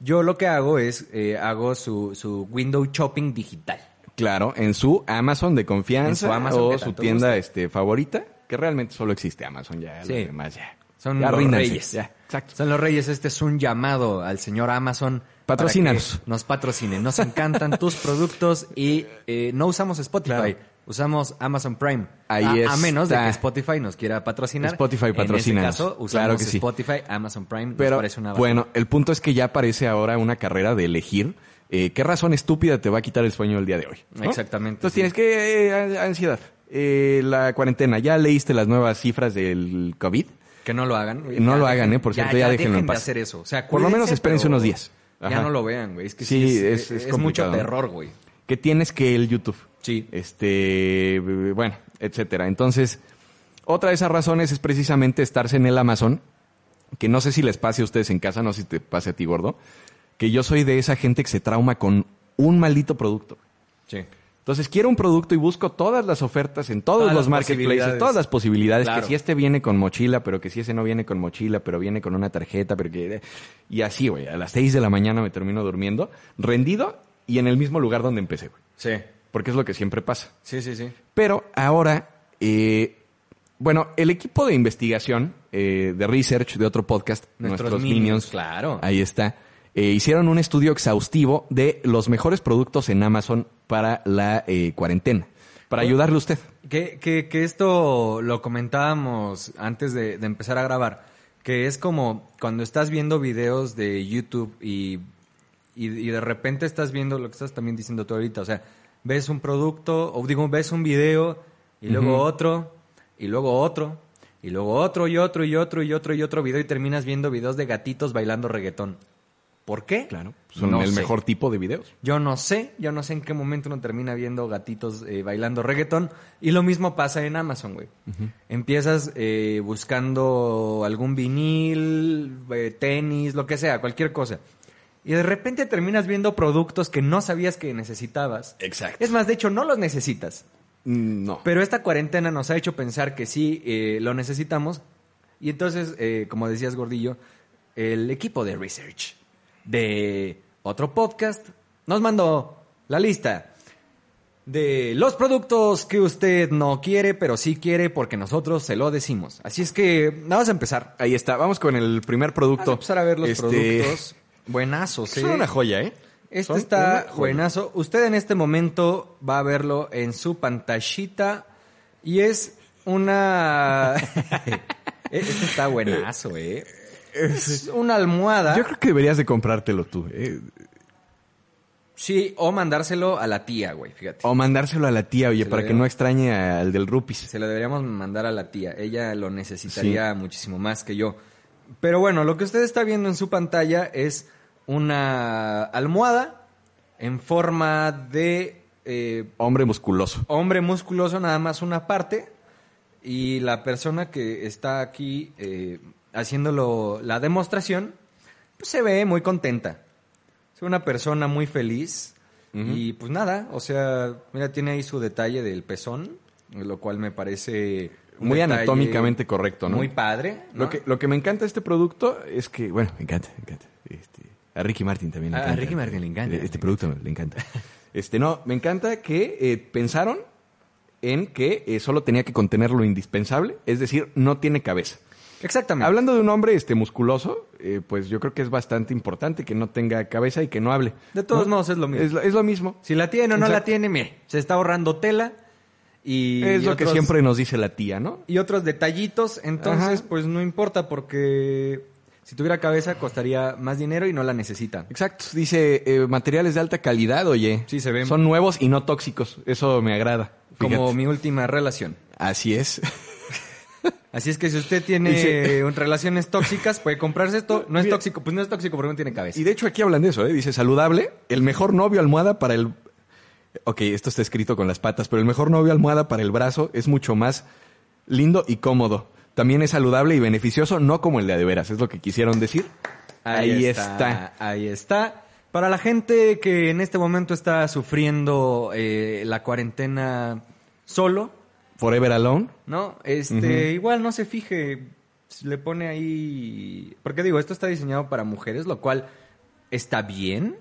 Speaker 1: Yo lo que hago es, eh, hago su, su window shopping digital.
Speaker 2: Claro, en su Amazon de confianza
Speaker 1: En su Amazon que
Speaker 2: o su
Speaker 1: tanto
Speaker 2: tienda
Speaker 1: gusta.
Speaker 2: este, favorita, que realmente solo existe Amazon ya.
Speaker 1: Sí.
Speaker 2: Los demás ya.
Speaker 1: Son
Speaker 2: ya
Speaker 1: los
Speaker 2: ríndanse,
Speaker 1: reyes.
Speaker 2: ya. Exacto.
Speaker 1: Son los reyes. Este es un llamado al señor Amazon. para
Speaker 2: Patrocínanos.
Speaker 1: que Nos patrocinen. Nos encantan tus productos y eh, no usamos Spotify.
Speaker 2: Claro.
Speaker 1: Usamos Amazon Prime.
Speaker 2: Ahí
Speaker 1: a, a
Speaker 2: está.
Speaker 1: menos de que Spotify nos quiera patrocinar.
Speaker 2: Spotify, patrocínanos.
Speaker 1: En este caso, usamos
Speaker 2: Claro que sí.
Speaker 1: Spotify, Amazon Prime. nos
Speaker 2: Pero
Speaker 1: parece una
Speaker 2: bueno, el punto es que ya parece ahora una carrera de elegir eh, qué razón estúpida te va a quitar el sueño el día de hoy. ¿no?
Speaker 1: Exactamente,
Speaker 2: Entonces
Speaker 1: sí.
Speaker 2: tienes que eh, ansiedad, eh, la cuarentena. Ya leíste las nuevas cifras del COVID.
Speaker 1: Que no lo hagan. güey.
Speaker 2: No
Speaker 1: Ya
Speaker 2: lo hagan,
Speaker 1: dejen-
Speaker 2: ¿eh? Por cierto, ya déjenlo en
Speaker 1: dejen de
Speaker 2: paz.
Speaker 1: hacer eso. O sea,
Speaker 2: Por lo menos
Speaker 1: cuídense,
Speaker 2: espérense
Speaker 1: pero
Speaker 2: unos días.
Speaker 1: Ya
Speaker 2: Ajá.
Speaker 1: no lo vean, güey. Es que
Speaker 2: Sí,
Speaker 1: sí, es,
Speaker 2: es-
Speaker 1: es,
Speaker 2: es
Speaker 1: es mucho
Speaker 2: complicado, ¿no? Eh,
Speaker 1: terror, güey.
Speaker 2: que tienes que el YouTube.
Speaker 1: Sí.
Speaker 2: Este, bueno, etcétera. Entonces, otra de esas razones es precisamente estarse en el Amazon, que no sé si les pase a ustedes en casa, no sé si te pase a ti, gordo, que yo soy de esa gente que se trauma con un maldito producto.
Speaker 1: Sí.
Speaker 2: Entonces quiero un producto y busco todas las ofertas en todos
Speaker 1: Todas
Speaker 2: los
Speaker 1: las
Speaker 2: marketplaces,
Speaker 1: posibilidades.
Speaker 2: todas las posibilidades,
Speaker 1: Claro.
Speaker 2: que si este viene con mochila, pero que si ese no viene con mochila, pero viene con una tarjeta, pero que... Y así, güey, a las 6 de la mañana me termino durmiendo, rendido y en el mismo lugar donde empecé, güey.
Speaker 1: Sí.
Speaker 2: Porque es lo que siempre pasa.
Speaker 1: Sí, sí, sí.
Speaker 2: Pero ahora, eh, bueno, el equipo de investigación, eh, de research de otro podcast, nuestros,
Speaker 1: Nuestros
Speaker 2: minions,
Speaker 1: Minions, claro.
Speaker 2: ahí está, eh, hicieron un estudio exhaustivo de los mejores productos en Amazon para la eh, cuarentena, para ayudarle a usted.
Speaker 1: Que, que, que esto lo comentábamos antes de, de empezar a grabar, que es como cuando estás viendo videos de YouTube y, y, y de repente estás viendo lo que estás también diciendo tú ahorita, o sea, ves un producto, o digo, ves un video y luego
Speaker 2: Ujú.
Speaker 1: otro, y luego otro, y luego otro, y otro, y otro, y otro, y otro video, y terminas viendo videos de gatitos bailando reggaetón. ¿Por qué?
Speaker 2: Claro, son
Speaker 1: No
Speaker 2: el
Speaker 1: sé.
Speaker 2: mejor tipo de videos.
Speaker 1: Yo no sé, yo no sé en qué momento uno termina viendo gatitos eh, bailando reggaetón. Y lo mismo pasa en Amazon, güey. Empiezas eh, buscando algún vinil, eh, tenis, lo que sea, cualquier cosa. Y de repente terminas viendo productos que no sabías que necesitabas.
Speaker 2: Exacto.
Speaker 1: Es más, de hecho, no los necesitas.
Speaker 2: No.
Speaker 1: Pero esta cuarentena nos ha hecho pensar que sí eh, lo necesitamos. Y entonces, eh, como decías, Gordillo, el equipo de research de otro podcast nos mandó la lista de los productos que usted no quiere, pero sí quiere porque nosotros se lo decimos. Así es que vamos a empezar.
Speaker 2: Ahí está, vamos con el primer producto.
Speaker 1: Vamos a empezar a ver los
Speaker 2: Este,
Speaker 1: productos. Buenazos, ¿eh?
Speaker 2: Son una joya, ¿eh?
Speaker 1: Este
Speaker 2: Son
Speaker 1: está
Speaker 2: una joya.
Speaker 1: buenazo. Usted en este momento va a verlo en su pantallita y es una... este está buenazo, ¿eh? Es una almohada.
Speaker 2: Este Yo creo que deberías de comprártelo tú. ¿eh?
Speaker 1: Sí, o mandárselo a la tía, güey, fíjate.
Speaker 2: O mandárselo a la tía, oye,
Speaker 1: Se lo
Speaker 2: para que
Speaker 1: digo.
Speaker 2: no extrañe al del Rupis.
Speaker 1: Se lo deberíamos mandar a la tía. Ella lo necesitaría muchísimo más que yo. Pero bueno, lo que usted está viendo en su pantalla es una almohada en forma de... eh,
Speaker 2: Hombre musculoso.
Speaker 1: hombre musculoso, nada más una parte. Y la persona que está aquí eh, haciéndolo la demostración, pues se ve muy contenta. Es una persona muy feliz. Y pues nada, o sea, mira, tiene ahí su detalle del pezón, lo cual me parece. un
Speaker 2: Muy
Speaker 1: detalle
Speaker 2: anatómicamente correcto, ¿no?
Speaker 1: Muy padre. ¿no?
Speaker 2: Lo, que, lo que me encanta de este producto es que, bueno, me encanta, me encanta. Este, a Ricky Martin también le
Speaker 1: Ah, A- a
Speaker 2: encanta.
Speaker 1: Ricky Martin le encanta.
Speaker 2: Este producto le encanta. Este, no, me encanta que eh, pensaron en que eh, solo tenía que contener lo indispensable, es decir, no tiene cabeza.
Speaker 1: Exactamente.
Speaker 2: Hablando de un hombre este, musculoso, eh, pues yo creo que es bastante importante que no tenga cabeza y que no hable.
Speaker 1: De todos
Speaker 2: ¿No?
Speaker 1: modos es lo mismo.
Speaker 2: Es, es lo mismo.
Speaker 1: Si la tiene o no la
Speaker 2: Exacto.
Speaker 1: tiene, mire, se está ahorrando tela. Y
Speaker 2: es lo que
Speaker 1: otros-
Speaker 2: siempre nos dice la tía, ¿no?
Speaker 1: y otros detallitos. Entonces,
Speaker 2: Ajá.
Speaker 1: pues no importa porque si tuviera cabeza costaría más dinero y no la necesita.
Speaker 2: Exacto, dice eh, materiales de alta calidad, oye.
Speaker 1: Sí, se ven.
Speaker 2: Son nuevos y no tóxicos, eso me agrada.
Speaker 1: Como
Speaker 2: Fíjate.
Speaker 1: mi última relación.
Speaker 2: Así es.
Speaker 1: Así es que si usted tiene
Speaker 2: Dice-
Speaker 1: un- relaciones tóxicas, puede comprarse esto. No es
Speaker 2: Mira.
Speaker 1: tóxico, pues no es tóxico porque no tiene cabeza.
Speaker 2: Y de hecho aquí hablan de eso, ¿eh? dice saludable, el mejor novio almohada para el... Ok, esto está escrito con las patas, pero el mejor novio almohada para el brazo es mucho más lindo y cómodo. También es saludable y beneficioso, no como el de a de veras, es lo que quisieron decir. Ahí está.
Speaker 1: Ahí está. Para la gente que en este momento está sufriendo eh, la cuarentena solo,
Speaker 2: Forever Alone.
Speaker 1: ¿no? Este, igual no se fije, si le pone ahí... Porque digo, esto está diseñado para mujeres, lo cual está bien,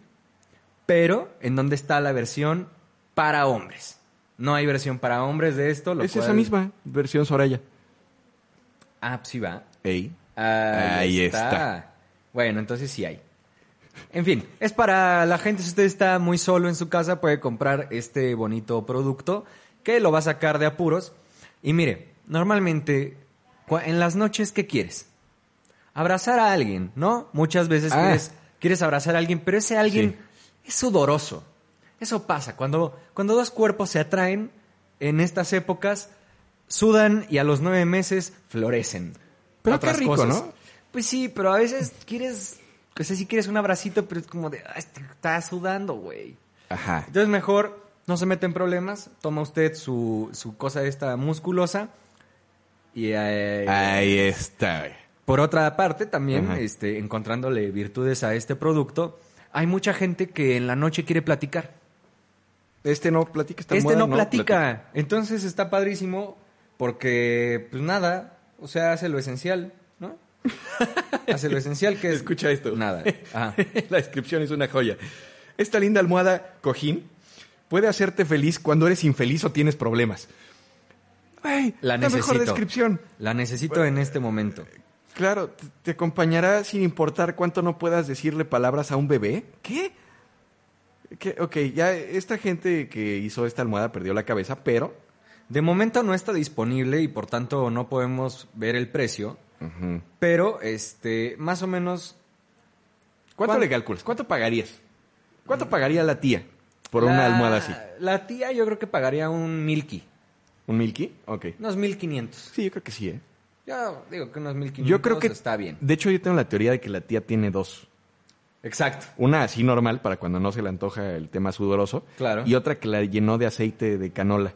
Speaker 1: pero ¿en dónde está la versión para hombres? No hay versión para hombres de esto, lo
Speaker 2: es
Speaker 1: cual-
Speaker 2: esa misma versión Soraya.
Speaker 1: Ah, pues sí va.
Speaker 2: Ey.
Speaker 1: Ahí,
Speaker 2: Ahí
Speaker 1: está.
Speaker 2: está.
Speaker 1: Bueno, entonces sí hay. En fin, es para la gente. Si usted está muy solo en su casa, puede comprar este bonito producto que lo va a sacar de apuros. Y mire, normalmente cua- en las noches, ¿qué quieres? Abrazar a alguien, ¿no? Muchas veces
Speaker 2: Ah.
Speaker 1: quieres, quieres abrazar a alguien, pero ese alguien es sudoroso. Eso pasa. Cuando, cuando dos cuerpos se atraen en estas épocas, sudan y a los nueve meses florecen.
Speaker 2: Pero qué
Speaker 1: otras
Speaker 2: rico,
Speaker 1: cosas.
Speaker 2: ¿no?
Speaker 1: Pues sí, pero a veces quieres, o sea, sí quieres un abracito, pero es como de, "Ay, te está sudando, güey.
Speaker 2: Ajá.
Speaker 1: Entonces mejor no se mete en problemas, toma usted su, su cosa esta musculosa y eh,
Speaker 2: Ahí está, güey.
Speaker 1: por otra parte también
Speaker 2: Ajá.
Speaker 1: este, encontrándole virtudes a este producto, hay mucha gente que en la noche quiere platicar.
Speaker 2: Este no platica esta
Speaker 1: este
Speaker 2: moda
Speaker 1: no platica. entonces está padrísimo porque pues nada, o sea, hace lo esencial, ¿no? hace lo esencial que es
Speaker 2: Escucha esto.
Speaker 1: nada. Ajá.
Speaker 2: La descripción es una joya. Esta linda almohada, cojín, puede hacerte feliz cuando eres infeliz o tienes problemas. Ay,
Speaker 1: La
Speaker 2: la, mejor
Speaker 1: necesito.
Speaker 2: descripción.
Speaker 1: La necesito en este momento.
Speaker 2: Claro, te, te acompañará sin importar cuánto no puedas decirle palabras a un bebé. ¿Qué? ¿Qué? Ok, ya esta gente que hizo esta almohada perdió la cabeza, pero...
Speaker 1: De momento no está disponible y por tanto no podemos ver el precio, pero este más o menos
Speaker 2: ¿Cuánto
Speaker 1: ¿Cuán-
Speaker 2: le calculas? ¿Cuánto pagarías? ¿Cuánto pagaría la tía por una
Speaker 1: la-
Speaker 2: almohada así?
Speaker 1: La tía yo creo que pagaría un milky,
Speaker 2: ¿Un milky? Ok.
Speaker 1: unos 1500.
Speaker 2: Sí, yo creo que sí, ¿eh?
Speaker 1: Yo digo que unos 1500
Speaker 2: Yo creo que
Speaker 1: está bien.
Speaker 2: De hecho, yo tengo la teoría de que la tía tiene dos.
Speaker 1: Exacto.
Speaker 2: Una así normal para cuando no se le antoja el tema sudoroso.
Speaker 1: Claro.
Speaker 2: Y otra que la llenó de aceite de canola.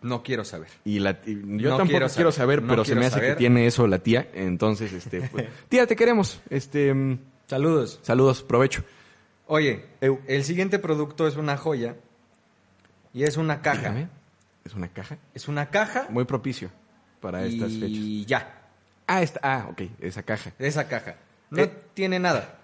Speaker 1: No quiero saber.
Speaker 2: Y la y yo
Speaker 1: No
Speaker 2: tampoco
Speaker 1: quiero
Speaker 2: quiero
Speaker 1: saber,
Speaker 2: saber,
Speaker 1: no
Speaker 2: pero se
Speaker 1: quiero
Speaker 2: me hace
Speaker 1: saber.
Speaker 2: que tiene eso la tía. Entonces, este, pues, tía, te queremos. Este, mm,
Speaker 1: Saludos.
Speaker 2: saludos, provecho.
Speaker 1: Oye,
Speaker 2: Eu.
Speaker 1: el siguiente producto es una joya y es una caja.
Speaker 2: Déjame. Es una caja
Speaker 1: Es una caja
Speaker 2: muy propicio para estas fechas.
Speaker 1: y ya,
Speaker 2: Ah, esta, ah, ok, esa caja.
Speaker 1: esa caja. No
Speaker 2: Eh.
Speaker 1: tiene nada.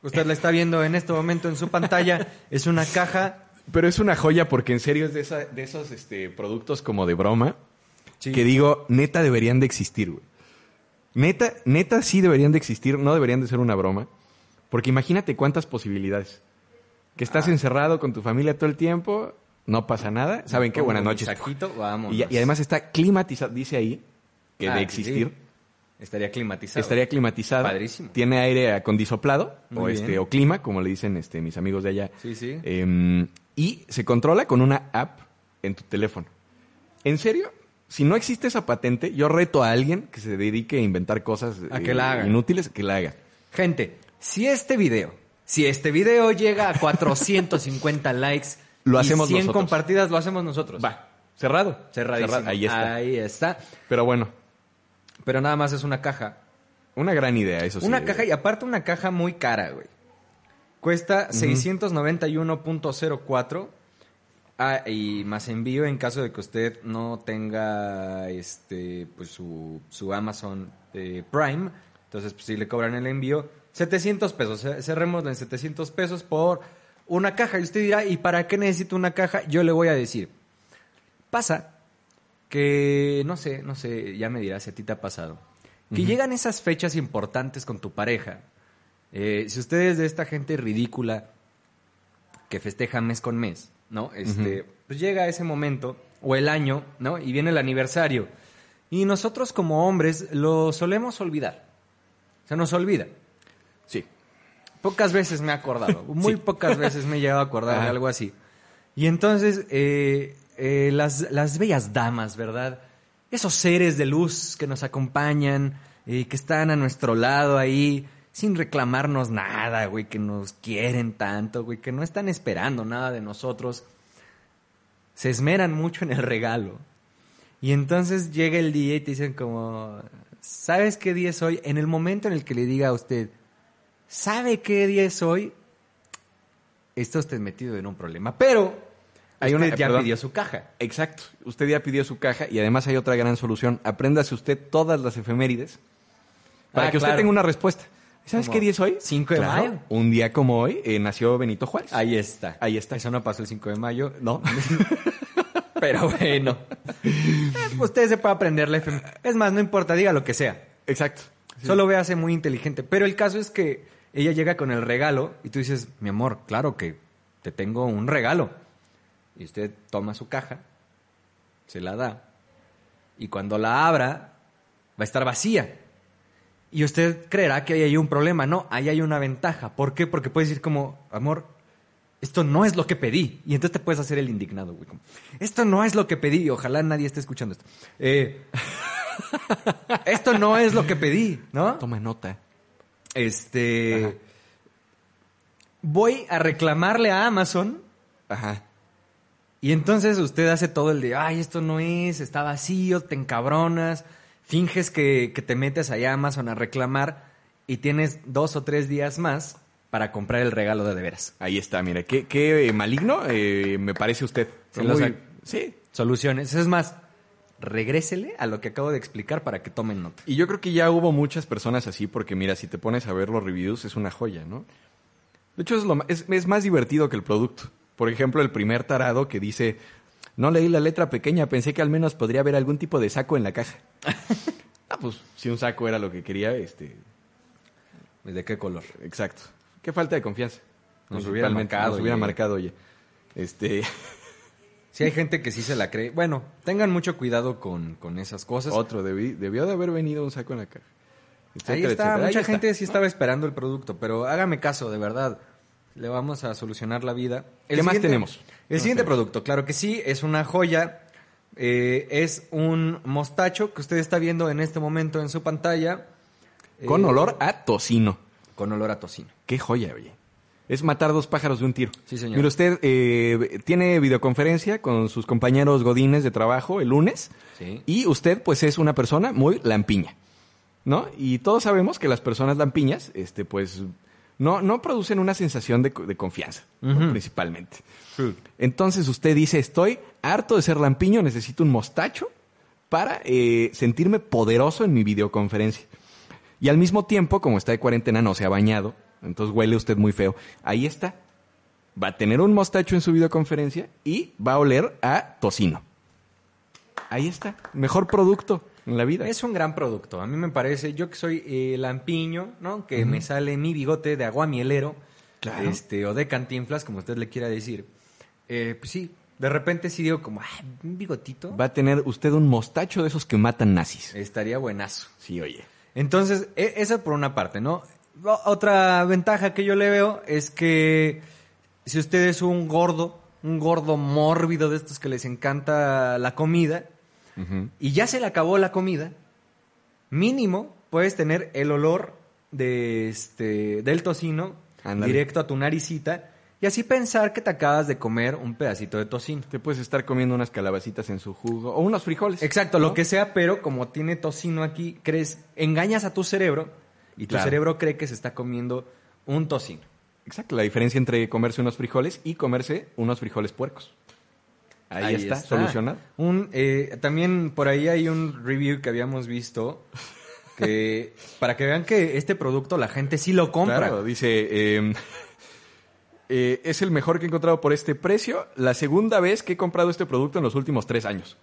Speaker 1: Usted la está viendo en este momento en su pantalla. Es una caja
Speaker 2: Pero es una joya porque en serio es de, esa- de esos este, productos como de broma
Speaker 1: Sí.
Speaker 2: que digo, neta deberían de existir, güey. Neta, neta sí deberían de existir, no deberían de ser una broma. Porque imagínate cuántas posibilidades. Que estás encerrado con tu familia todo el tiempo, no pasa nada. ¿Saben qué?
Speaker 1: Pongo
Speaker 2: Buenas
Speaker 1: mi
Speaker 2: noches.
Speaker 1: saquito, vámonos.
Speaker 2: Y, y además está climatizado, dice ahí, que
Speaker 1: Ah,
Speaker 2: de
Speaker 1: sí,
Speaker 2: existir.
Speaker 1: sí. Estaría climatizada.
Speaker 2: Estaría climatizado.
Speaker 1: Padrísimo.
Speaker 2: Tiene aire acondisoplado o,
Speaker 1: Muy bien.
Speaker 2: este, o clima, como le dicen este, mis amigos de allá.
Speaker 1: Sí, sí.
Speaker 2: Em, y se controla con una app en tu teléfono. ¿En serio? Si no existe esa patente, yo reto a alguien que se dedique a inventar cosas eh,
Speaker 1: A que la haga.
Speaker 2: inútiles que la haga.
Speaker 1: Gente, si este video, si este video llega a 450 likes,
Speaker 2: Lo
Speaker 1: y
Speaker 2: hacemos
Speaker 1: 100
Speaker 2: nosotros.
Speaker 1: compartidas, lo hacemos nosotros.
Speaker 2: Va, cerrado.
Speaker 1: Cerradísimo.
Speaker 2: Cerrado, Ahí está.
Speaker 1: Ahí está.
Speaker 2: Pero bueno,
Speaker 1: Pero nada más es una caja.
Speaker 2: una gran idea, eso sí.
Speaker 1: Una caja, y aparte una caja muy cara, güey. Cuesta 691.04 ah, y más envío en caso de que usted no tenga este pues su, su Amazon eh, Prime. Entonces, pues sí le cobran el envío. 700 pesos, eh, cerrémoslo en 700 pesos por una caja. Y usted dirá, ¿y para qué necesito una caja? Yo le voy a decir. Pasa que no sé, no sé, ya me dirás si a ti te ha pasado. Que llegan esas fechas importantes con tu pareja. Eh, si usted es de esta gente ridícula que festeja mes con mes, ¿no? Este, pues llega ese momento o el año, ¿no? Y viene el aniversario. Y nosotros como hombres lo solemos olvidar. Se nos olvida.
Speaker 2: Sí.
Speaker 1: Pocas veces me he acordado, muy pocas veces me he llegado a acordar de
Speaker 2: Ajá.
Speaker 1: algo así. Y entonces, eh, eh, las, las bellas damas, ¿verdad? Esos seres de luz que nos acompañan, eh, que están a nuestro lado ahí, sin reclamarnos nada, güey, que nos quieren tanto, güey, que no están esperando nada de nosotros, se esmeran mucho en el regalo. Y entonces llega el día y te dicen como, ¿sabes qué día es hoy? En el momento en el que le diga a usted, ¿sabe qué día es hoy? Está usted metido en un problema. Pero
Speaker 2: Hay
Speaker 1: usted
Speaker 2: una-
Speaker 1: ya
Speaker 2: perdón.
Speaker 1: pidió su caja.
Speaker 2: Exacto. Usted ya pidió su caja y además hay otra gran solución. Apréndase usted todas las efemérides para
Speaker 1: Ah,
Speaker 2: que
Speaker 1: claro.
Speaker 2: usted tenga una respuesta. ¿Sabes
Speaker 1: Como
Speaker 2: qué día es hoy?
Speaker 1: 5 de mayo.
Speaker 2: Un día como hoy eh, nació Benito Juárez.
Speaker 1: Ahí está.
Speaker 2: Ahí está.
Speaker 1: Eso no pasó el 5 de mayo.
Speaker 2: No.
Speaker 1: Pero bueno. Eh, usted se puede aprender la FM. Es más, no importa, diga lo que sea.
Speaker 2: Exacto.
Speaker 1: Solo véase muy inteligente. Pero el caso es que ella llega con el regalo y tú dices, mi amor, claro que te tengo un regalo. Y usted toma su caja, se la da, y cuando la abra, va a estar vacía. Y usted creerá que ahí hay un problema. No, ahí hay una ventaja. ¿Por qué? Porque puedes decir como, amor, esto no es lo que pedí. Y entonces te puedes hacer el indignado, güey. como, esto no es lo que pedí. Ojalá nadie esté escuchando esto. Eh, Esto no es lo que pedí, ¿no?
Speaker 2: Toma nota.
Speaker 1: Este.
Speaker 2: Ajá.
Speaker 1: Voy a reclamarle a Amazon
Speaker 2: Ajá.
Speaker 1: y entonces usted hace todo el de, ay, esto no es, está vacío, te encabronas, finges que, que te metes allá a Amazon a reclamar y tienes dos o tres días más para comprar el regalo de de veras.
Speaker 2: Ahí está, mira, qué, qué, eh, maligno eh, me parece usted.
Speaker 1: Se los
Speaker 2: Muy-
Speaker 1: ac-
Speaker 2: sí.
Speaker 1: Soluciones. Es más, regrésele a lo que acabo de explicar para que tomen nota.
Speaker 2: Y yo creo que ya hubo muchas personas así, porque mira, si te pones a ver los reviews, es una joya, ¿no? De hecho, es, lo, ma- es, es más divertido que el producto. Por ejemplo, el primer tarado que dice, no leí la letra pequeña, pensé que al menos podría haber algún tipo de saco en la caja. ah, pues si un saco era lo que quería, este,
Speaker 1: ¿De qué color?
Speaker 2: exacto. Qué falta de confianza.
Speaker 1: Nos hubiera
Speaker 2: Principalmente,
Speaker 1: marcado,
Speaker 2: Nos hubiera
Speaker 1: oye.
Speaker 2: marcado, oye. Este,
Speaker 1: Si hay gente que sí se la cree. Bueno, tengan mucho cuidado con, con esas cosas.
Speaker 2: otro, debí- debió de haber venido un saco en la caja.
Speaker 1: Ahí
Speaker 2: Etcétera,
Speaker 1: está,
Speaker 2: etcétera. Ahí
Speaker 1: mucha
Speaker 2: está.
Speaker 1: gente sí estaba esperando el producto, pero hágame caso, de verdad. Le vamos a solucionar la vida.
Speaker 2: ¿Qué más
Speaker 1: siguiente-
Speaker 2: tenemos?
Speaker 1: El siguiente producto, claro que sí, es una joya. Eh, es un mostacho que usted está viendo en este momento en su pantalla.
Speaker 2: Con
Speaker 1: Eh,
Speaker 2: olor a tocino.
Speaker 1: Con olor a tocino.
Speaker 2: Qué joya, oye. Es matar dos pájaros de un tiro.
Speaker 1: Sí, señor.
Speaker 2: Mire, usted eh, tiene videoconferencia con sus compañeros godines de trabajo el lunes.
Speaker 1: Sí.
Speaker 2: Y usted, pues, es una persona muy lampiña. ¿No? Y todos sabemos que las personas lampiñas, este, pues, no, no producen una sensación de, co- de confianza, ¿no? principalmente. Entonces usted dice, estoy harto de ser lampiño, necesito un mostacho para eh, sentirme poderoso en mi videoconferencia. Y al mismo tiempo, como está de cuarentena, no se ha bañado, entonces huele usted muy feo. Ahí está. Va a tener un mostacho en su videoconferencia y va a oler a tocino. Ahí está. Mejor producto en la vida.
Speaker 1: Es un gran producto, a mí me parece. Yo que soy eh, lampiño, ¿no? Que me sale mi bigote de aguamielero.
Speaker 2: Claro.
Speaker 1: Este, o de cantinflas, como usted le quiera decir. Eh, pues sí, de repente sí digo como, ah, un bigotito.
Speaker 2: Va a tener usted un mostacho de esos que matan nazis.
Speaker 1: Estaría buenazo.
Speaker 2: Sí, oye.
Speaker 1: Entonces, e- esa por una parte, ¿no? O- Otra ventaja que yo le veo es que si usted es un gordo, un gordo mórbido de estos que les encanta la comida, y ya se le acabó la comida, mínimo puedes tener el olor de este del tocino
Speaker 2: Ándale.
Speaker 1: directo a tu naricita y así pensar que te acabas de comer un pedacito de tocino.
Speaker 2: Te puedes estar comiendo unas calabacitas en su jugo o unos frijoles.
Speaker 1: Exacto,
Speaker 2: ¿no?
Speaker 1: lo que sea, pero como tiene tocino aquí, crees, engañas a tu cerebro y tu
Speaker 2: Claro.
Speaker 1: cerebro cree que se está comiendo un tocino.
Speaker 2: Exacto, la diferencia entre comerse unos frijoles y comerse unos frijoles puercos. Ahí, está, solucionado.
Speaker 1: Un, eh, también por ahí hay un review que habíamos visto que para que vean que este producto la gente sí lo compra.
Speaker 2: Claro, dice, eh, eh, es el mejor que he encontrado por este precio, la segunda vez que he comprado este producto en los últimos tres años.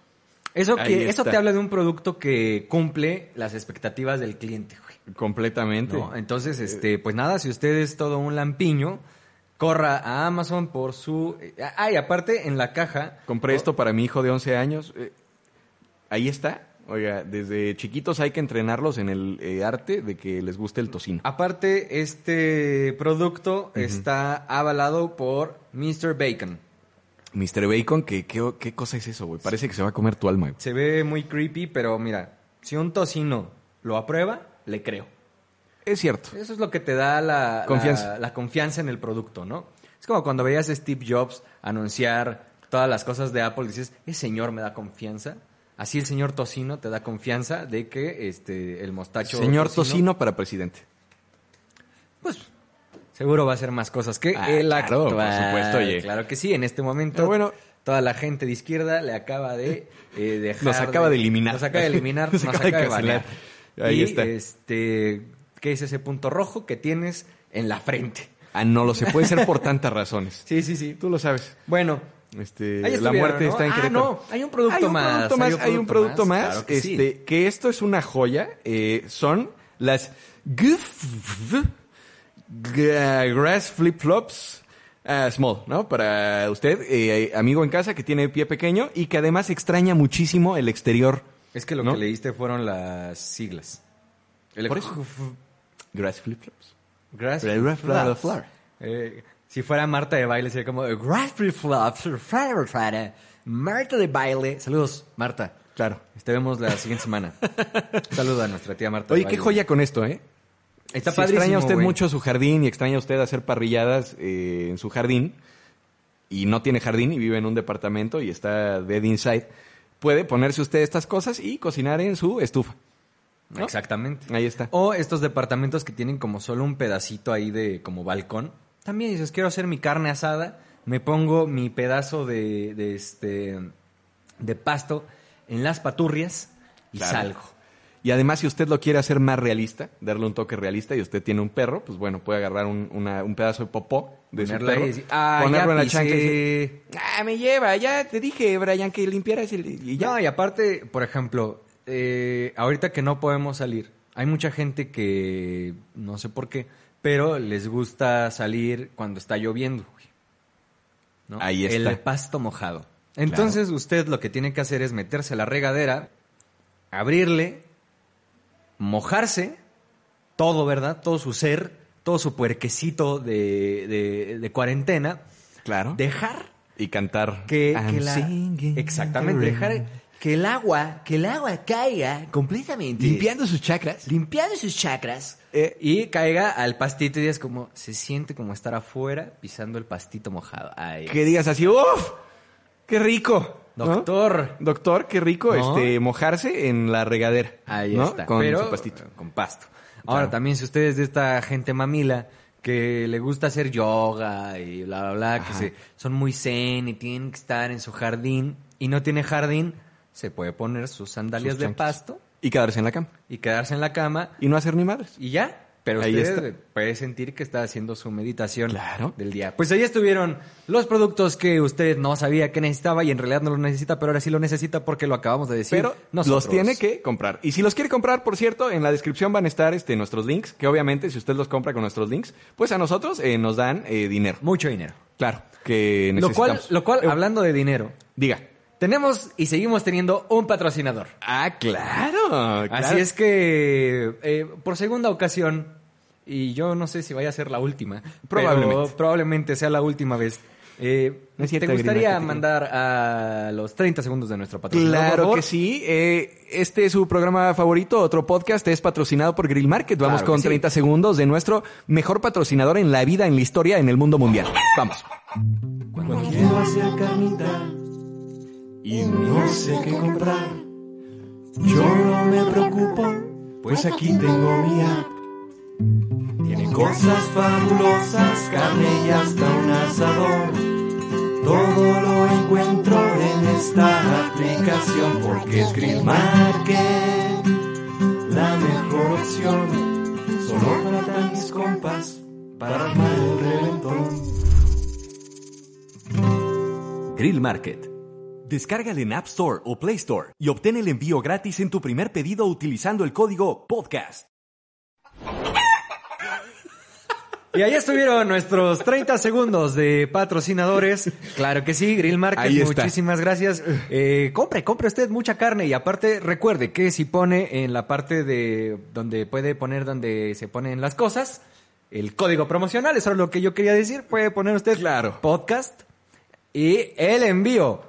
Speaker 1: Eso,
Speaker 2: Ahí
Speaker 1: que, eso
Speaker 2: está.
Speaker 1: te habla de un producto que cumple las expectativas del cliente, güey.
Speaker 2: Completamente.
Speaker 1: ¿no? Entonces,
Speaker 2: Eh,
Speaker 1: este, pues nada, si usted es todo un lampiño, corra a Amazon por su. eh, Ah, y aparte en la caja.
Speaker 2: Compré esto para mi hijo de 11 años. eh, ahí está. Oiga, desde chiquitos hay que entrenarlos en el eh, arte de que les guste el tocino.
Speaker 1: Aparte, este producto está avalado por Mr. Bacon.
Speaker 2: Mr. Bacon, que, qué, ¿qué cosa es eso, güey? Parece que se va a comer tu alma, güey.
Speaker 1: Se ve muy creepy, pero mira, si un tocino lo aprueba, le creo.
Speaker 2: Es cierto.
Speaker 1: Eso es lo que te da la la-
Speaker 2: Confianza.
Speaker 1: La, confianza en el producto, ¿no? Es como cuando veías a Steve Jobs anunciar todas las cosas de Apple y dices, ese señor me da confianza. Así el señor Tocino te da confianza de que este el mostacho.
Speaker 2: Señor tocino para presidente.
Speaker 1: Pues seguro va a hacer más cosas que
Speaker 2: Ah,
Speaker 1: el
Speaker 2: claro, por
Speaker 1: actual.
Speaker 2: supuesto, oye.
Speaker 1: Claro que sí, en este momento.
Speaker 2: Pero bueno.
Speaker 1: Toda la gente de izquierda le acaba de eh, dejar.
Speaker 2: Nos acaba de eliminar.
Speaker 1: Nos acaba de eliminar, nos, acaba, de
Speaker 2: cancelar.
Speaker 1: banear.
Speaker 2: Ahí
Speaker 1: y,
Speaker 2: está.
Speaker 1: este, ¿qué es ese punto rojo que tienes en la frente?
Speaker 2: Ah, no lo sé. Puede ser por tantas razones.
Speaker 1: Sí, sí, sí.
Speaker 2: Tú lo sabes.
Speaker 1: Bueno,
Speaker 2: Este,
Speaker 1: Ahí
Speaker 2: la
Speaker 1: estuvieron,
Speaker 2: muerte
Speaker 1: ¿no?
Speaker 2: está en
Speaker 1: Ah,
Speaker 2: Querétaro.
Speaker 1: no, hay un producto más,
Speaker 2: producto más, Hay un producto más.
Speaker 1: claro que sí.
Speaker 2: este, que esto es una joya. eh, son las GF, G- Grass Flip Flops ah, Small, ¿no? Para usted, eh, amigo en casa que tiene pie pequeño y que además extraña muchísimo el exterior.
Speaker 1: es que lo
Speaker 2: ¿No?
Speaker 1: que leíste fueron las siglas. El-
Speaker 2: Por eso. Grass Flip Flops.
Speaker 1: Grass
Speaker 2: Pero el Grass
Speaker 1: Flap.
Speaker 2: Flap.
Speaker 1: Eh, si fuera Marta de baile sería como Grass Flap, Flap, Flap, Flap, Marta de baile. Saludos, Marta.
Speaker 2: Claro.
Speaker 1: Te vemos la siguiente semana. Saluda a nuestra tía Marta.
Speaker 2: Oye,
Speaker 1: del
Speaker 2: qué
Speaker 1: Valle.
Speaker 2: joya con esto, ¿eh?
Speaker 1: Está
Speaker 2: Si
Speaker 1: padrísimo,
Speaker 2: extraña usted
Speaker 1: güey.
Speaker 2: mucho su jardín y extraña usted hacer parrilladas eh, en su jardín y no tiene jardín y vive en un departamento y está dead inside, puede ponerse usted estas cosas y cocinar en su estufa. ¿no?
Speaker 1: Exactamente.
Speaker 2: Ahí está.
Speaker 1: O estos departamentos que tienen como solo un pedacito ahí de como balcón. También dices, quiero hacer mi carne asada, me pongo mi pedazo de, de este de pasto en las paturrias y
Speaker 2: Claro.
Speaker 1: salgo.
Speaker 2: Y además, si usted lo quiere hacer más realista, darle un toque realista y usted tiene un perro, pues bueno, puede agarrar un, una- un pedazo de popó de su
Speaker 1: Ponerlo ahí
Speaker 2: perro,
Speaker 1: y decir, "Ah,
Speaker 2: ponerlo
Speaker 1: ya
Speaker 2: en la
Speaker 1: pisé".
Speaker 2: chancla y decir, ah, me lleva, ya te dije, Brian, que limpiaras el, y ya.
Speaker 1: No, y aparte, por ejemplo, eh, ahorita que no podemos salir, hay mucha gente que no sé por qué, pero les gusta salir cuando está lloviendo. güey. ¿no?
Speaker 2: Ahí está.
Speaker 1: El pasto mojado. Entonces, usted lo que tiene que hacer es meterse a la regadera, abrirle, mojarse, todo, ¿verdad? Todo su ser, todo su puerquecito de, de- de cuarentena,
Speaker 2: Claro.
Speaker 1: dejar
Speaker 2: y cantar.
Speaker 1: que,
Speaker 2: "I'm
Speaker 1: que la-
Speaker 2: singing in
Speaker 1: exactamente
Speaker 2: the
Speaker 1: dejar
Speaker 2: rain".
Speaker 1: que el agua que el agua caiga completamente
Speaker 2: Limpiando sus chakras.
Speaker 1: limpiando sus chakras
Speaker 2: Eh,
Speaker 1: y caiga al pastito y es como se siente como estar afuera pisando el pastito mojado Ay,
Speaker 2: Que digas así, uff, qué rico. ¿no?
Speaker 1: doctor
Speaker 2: Doctor, qué rico
Speaker 1: No.
Speaker 2: este mojarse en la regadera.
Speaker 1: ahí
Speaker 2: ¿no?
Speaker 1: está
Speaker 2: Con
Speaker 1: Pero,
Speaker 2: su pastito.
Speaker 1: eh, con pasto ahora
Speaker 2: Claro.
Speaker 1: también si ustedes de esta gente mamila que le gusta hacer yoga y bla bla bla que
Speaker 2: Ajá.
Speaker 1: se- son muy zen y tienen que estar en su jardín y no tiene jardín se puede poner sus sandalias
Speaker 2: Sus
Speaker 1: de
Speaker 2: chanclas.
Speaker 1: pasto
Speaker 2: Y quedarse en la cama.
Speaker 1: y quedarse en la cama
Speaker 2: Y no hacer ni madres.
Speaker 1: y ya. Pero
Speaker 2: Ahí
Speaker 1: usted puede sentir que está haciendo su meditación
Speaker 2: Claro.
Speaker 1: del día. Pues ahí estuvieron los productos que usted no sabía que necesitaba y en realidad no los necesita, pero ahora sí lo necesita porque lo acabamos de decir.
Speaker 2: Pero
Speaker 1: nosotros.
Speaker 2: los tiene que comprar. Y si los quiere comprar, por cierto, en la descripción van a estar este, nuestros links, que obviamente si usted los compra con nuestros links, pues a nosotros eh, nos dan eh, dinero.
Speaker 1: Mucho dinero.
Speaker 2: Claro, que
Speaker 1: Lo cual,
Speaker 2: necesitamos.
Speaker 1: lo cual
Speaker 2: Eh,
Speaker 1: hablando de dinero,
Speaker 2: Diga.
Speaker 1: tenemos y seguimos teniendo un patrocinador.
Speaker 2: Ah, claro.
Speaker 1: Así es que, eh, por segunda ocasión, y yo no sé si vaya a ser la última,
Speaker 2: Probablemente.
Speaker 1: pero probablemente sea la última vez. eh,
Speaker 2: No es cierto,
Speaker 1: ¿Te gustaría
Speaker 2: Grima, que te-
Speaker 1: mandar a los 30 segundos de nuestro patrocinador? por
Speaker 2: Claro
Speaker 1: favor?
Speaker 2: que sí. Eh, este es su programa favorito, otro podcast, es patrocinado por Grill Market. Vamos
Speaker 1: Claro que
Speaker 2: con
Speaker 1: sí.
Speaker 2: 30 segundos de nuestro mejor patrocinador en la vida, en la historia, en el mundo mundial. Vamos.
Speaker 3: Cuando quiero hacer carnita y no sé qué comprar, yo no me preocupo, pues aquí tengo mi app. Tiene cosas fabulosas, carne y hasta un asador. Todo lo encuentro en esta aplicación porque es Grill Market, la mejor opción. Solo faltan mis compas para armar el reventón.
Speaker 4: Grill Market. Descárgala en App Store o Play Store y obtén el envío gratis en tu primer pedido utilizando el código podcast.
Speaker 1: Y ahí estuvieron nuestros 30 segundos de patrocinadores. Claro que sí, Grill Market,
Speaker 2: Ahí está.
Speaker 1: muchísimas gracias. Eh, compre, compre usted mucha carne y aparte recuerde que si pone en la parte de donde puede poner donde se ponen las cosas, el código promocional, eso es lo que yo quería decir, puede poner usted
Speaker 2: Claro.
Speaker 1: podcast y el envío.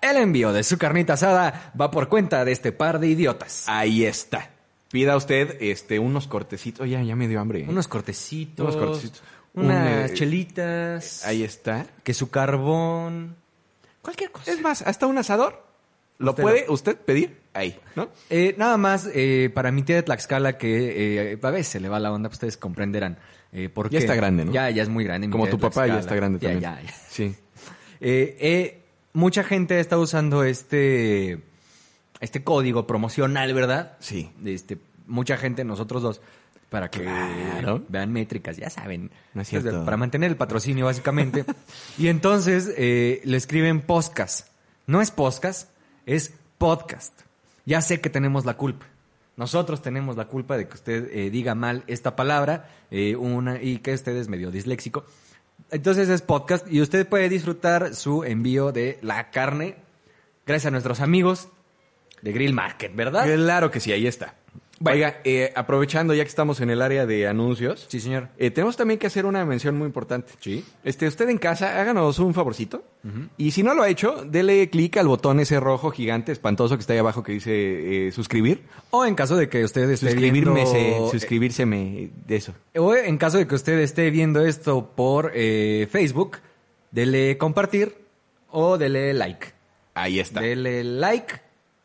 Speaker 1: El envío de su carnita asada va por cuenta de este par de idiotas.
Speaker 2: Ahí está. Pida usted este, unos cortecitos. Ya, ya me dio hambre. ¿eh?
Speaker 1: Unos cortecitos,
Speaker 2: Unos cortecitos.
Speaker 1: unas
Speaker 2: Un, eh,
Speaker 1: chelitas.
Speaker 2: Ahí está.
Speaker 1: que su carbón, cualquier cosa.
Speaker 2: Es más, hasta un asador lo
Speaker 1: Usted
Speaker 2: puede usted pedir ahí, ¿no?
Speaker 1: Eh, nada más, eh, para mi tía de Tlaxcala, que eh, a veces se le va la onda, pues ustedes comprenderán. Eh, por
Speaker 2: Ya
Speaker 1: qué.
Speaker 2: está grande, ¿no?
Speaker 1: Ya, ya es muy grande. mi
Speaker 2: Como
Speaker 1: tía de
Speaker 2: tu papá ya
Speaker 1: Tlaxcala.
Speaker 2: está grande
Speaker 1: Ya,
Speaker 2: también.
Speaker 1: ya, ya.
Speaker 2: Sí.
Speaker 1: Eh, eh, mucha gente está usando este, este código promocional, ¿verdad?
Speaker 2: Sí.
Speaker 1: Este, mucha gente, nosotros dos, para que
Speaker 2: Claro.
Speaker 1: vean métricas, ya saben.
Speaker 2: No es cierto.
Speaker 1: Entonces, Para mantener el patrocinio, básicamente. y entonces eh, le escriben podcast. No es podcast, es podcast. Ya sé que tenemos la culpa. Nosotros tenemos la culpa de que usted eh, diga mal esta palabra eh, una, y que usted es medio disléxico. Entonces es podcast y usted puede disfrutar su envío de la carne gracias a nuestros amigos de Grill Market, ¿verdad?
Speaker 2: Claro que sí, ahí está. Oiga, eh, aprovechando ya que estamos en el área de anuncios,
Speaker 1: Sí, señor.
Speaker 2: eh, tenemos también que hacer una mención muy importante.
Speaker 1: Sí.
Speaker 2: Este, usted en casa, háganos un favorcito. Y si no lo ha hecho, dele clic al botón ese rojo gigante, espantoso que está ahí abajo que dice eh, suscribir.
Speaker 1: O en caso de que usted esté eh,
Speaker 2: Suscribirme,
Speaker 1: viendo...
Speaker 2: suscribírseme, de eso.
Speaker 1: O en caso de que usted esté viendo esto por eh, Facebook, dele compartir o dele like.
Speaker 2: Ahí está.
Speaker 1: Dele like.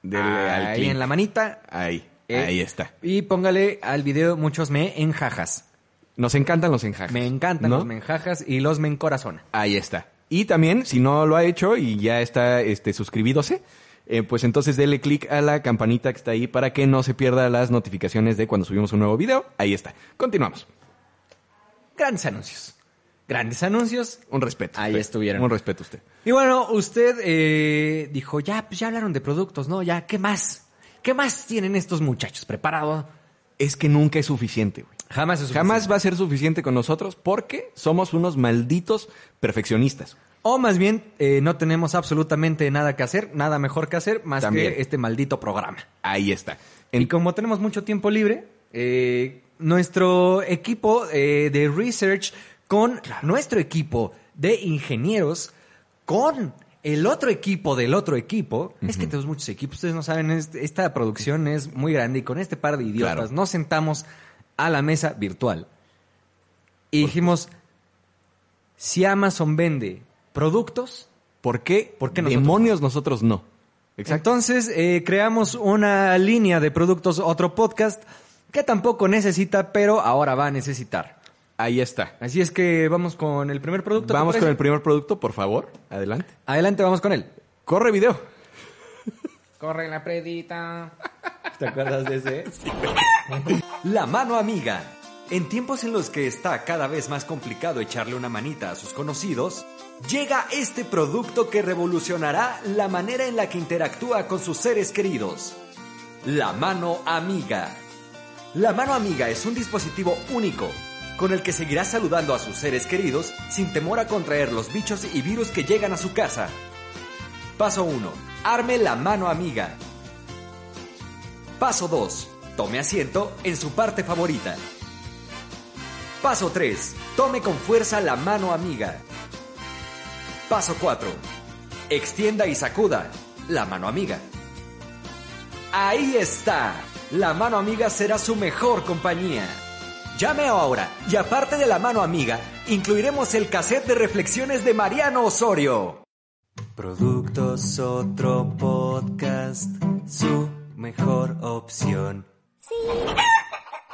Speaker 2: Dele al
Speaker 1: ahí
Speaker 2: clic.
Speaker 1: en la manita.
Speaker 2: Ahí,
Speaker 1: eh,
Speaker 2: ahí está.
Speaker 1: Y póngale al video muchos me enjajas.
Speaker 2: Nos encantan los enjajes.
Speaker 1: Me encantan
Speaker 2: ¿No?
Speaker 1: los me enjajas y los me encorazona.
Speaker 2: Ahí está. Y también, si no lo ha hecho y ya está este, suscribidose, eh, pues entonces dele clic a la campanita que está ahí para que no se pierda las notificaciones de cuando subimos un nuevo video. Ahí está. Continuamos.
Speaker 1: Grandes anuncios. Grandes anuncios.
Speaker 2: Un respeto.
Speaker 1: Ahí
Speaker 2: usted.
Speaker 1: estuvieron.
Speaker 2: Un respeto a usted.
Speaker 1: Y bueno, usted eh, dijo, ya, pues ya hablaron de productos, ¿no? Ya, ¿qué más? ¿Qué más tienen estos muchachos preparado?
Speaker 2: Es que nunca es suficiente, güey.
Speaker 1: Jamás es
Speaker 2: Jamás va a ser suficiente con nosotros porque somos unos malditos perfeccionistas.
Speaker 1: O más bien, eh, no tenemos absolutamente nada que hacer, nada mejor que hacer más
Speaker 2: También.
Speaker 1: que este maldito programa.
Speaker 2: Ahí está.
Speaker 1: y como tenemos mucho tiempo libre, eh, nuestro equipo eh, de research con nuestro equipo de ingenieros, con el otro equipo del otro equipo, es que tenemos muchos equipos, ustedes no saben, es- esta producción es muy grande y con este par de idiotas
Speaker 2: Claro.
Speaker 1: nos sentamos a la mesa virtual y dijimos, si Amazon vende productos,
Speaker 2: ¿Por qué,
Speaker 1: ¿Por qué nosotros
Speaker 2: demonios nosotros no? Exacto.
Speaker 1: Entonces eh, creamos una línea de productos, otro podcast que tampoco necesita, pero ahora va a necesitar.
Speaker 2: Ahí está.
Speaker 1: Así es que vamos con el primer producto. Eh. ¿te
Speaker 2: Vamos con el
Speaker 1: parece?
Speaker 2: primer producto, por favor. Adelante.
Speaker 1: Adelante, vamos con él.
Speaker 2: Corre video.
Speaker 1: Corre la predita. ¿Te acuerdas de ese? La mano amiga.
Speaker 4: En tiempos en los que está cada vez más complicado echarle una manita a sus conocidos, llega este producto que revolucionará la manera en la que interactúa con sus seres queridos. La mano amiga. La mano amiga es un dispositivo único con el que seguirá saludando a sus seres queridos sin temor a contraer los bichos y virus que llegan a su casa. Paso 1. Arme la mano amiga. Paso 2. Tome asiento en su parte favorita. Paso 3. Tome con fuerza la mano amiga. Paso 4. Extienda y sacuda la mano amiga. Ahí está. La mano amiga será su mejor compañía. Llame ahora y aparte de la mano amiga, incluiremos el cassette de reflexiones de Mariano Osorio. Productos otro podcast, su mejor opción.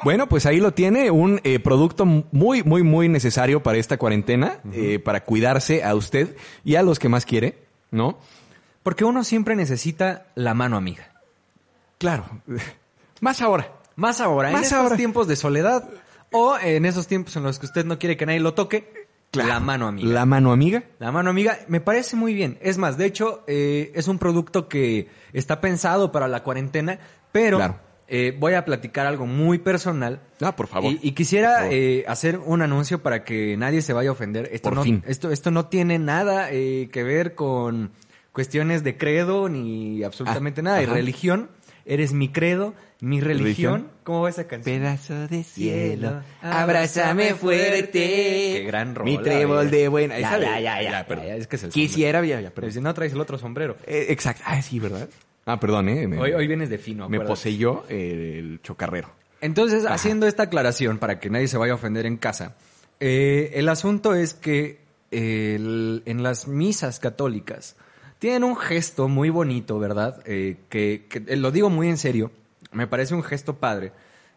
Speaker 2: Bueno, pues ahí lo tiene, un eh, producto muy, muy, muy necesario para esta cuarentena, eh, para cuidarse a usted y a los que más quiere, ¿no?
Speaker 1: Porque uno siempre necesita la mano amiga.
Speaker 2: Claro, más ahora.
Speaker 1: Más ahora, en
Speaker 2: Más
Speaker 1: estos
Speaker 2: ahora.
Speaker 1: tiempos de soledad o en esos tiempos en los que usted no quiere que nadie lo toque, la mano amiga.
Speaker 2: La mano amiga.
Speaker 1: La mano amiga me parece muy bien. Es más, de hecho, eh, es un producto que está pensado para la cuarentena, pero
Speaker 2: Claro.
Speaker 1: eh, voy a platicar algo muy personal.
Speaker 2: Ah, por favor.
Speaker 1: Y, y quisiera
Speaker 2: Por favor.
Speaker 1: eh, hacer un anuncio para que nadie se vaya a ofender. Esto,
Speaker 2: Por
Speaker 1: no,
Speaker 2: fin.
Speaker 1: Esto, esto no tiene nada eh, que ver con cuestiones de credo ni absolutamente
Speaker 2: Ah,
Speaker 1: nada. Y
Speaker 2: ajá.
Speaker 1: religión, eres mi credo, mi religión.
Speaker 2: Religión.
Speaker 1: ¿Cómo va esa canción?
Speaker 2: Pedazo de
Speaker 1: Qué gran rola.
Speaker 2: Mi trébol de buena.
Speaker 1: buena. Ya, ya, ya, ya, ya, es que es el
Speaker 2: Quisiera, ya, ya,
Speaker 1: Pero
Speaker 2: perdón.
Speaker 1: si no traes el otro sombrero.
Speaker 2: Eh, exacto. Ah, sí, ¿verdad? Ah, perdón, ¿eh? Me,
Speaker 1: Hoy, hoy vienes de fino.
Speaker 2: me
Speaker 1: acuérdate.
Speaker 2: poseyó eh, el chocarrero.
Speaker 1: Entonces, haciendo esta aclaración para que nadie se vaya a ofender en casa, eh, el asunto es que eh, el- en las misas católicas tienen un gesto muy bonito, ¿verdad? Eh, que que, eh, lo digo muy en serio, me parece un gesto padre.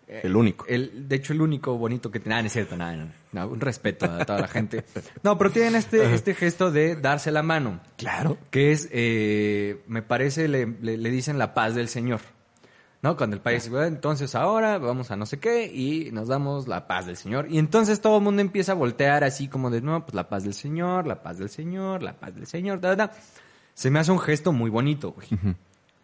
Speaker 1: Eh,
Speaker 2: El único.
Speaker 1: el- de hecho, el único bonito que tiene. Ah, no es cierto, nada, no, no, un respeto a toda la gente. No, pero tienen este, este gesto de darse la mano.
Speaker 2: Claro.
Speaker 1: Que es, eh, me parece, le, le- le dicen la paz del Señor. ¿No? Cuando el país, "Bueno, entonces ahora vamos a no sé qué y nos damos la paz del Señor. Y entonces todo el mundo empieza a voltear así como de, no, pues la paz del Señor, la paz del Señor, la paz del Señor, ta, ta, ta". Se me hace un gesto muy bonito, güey.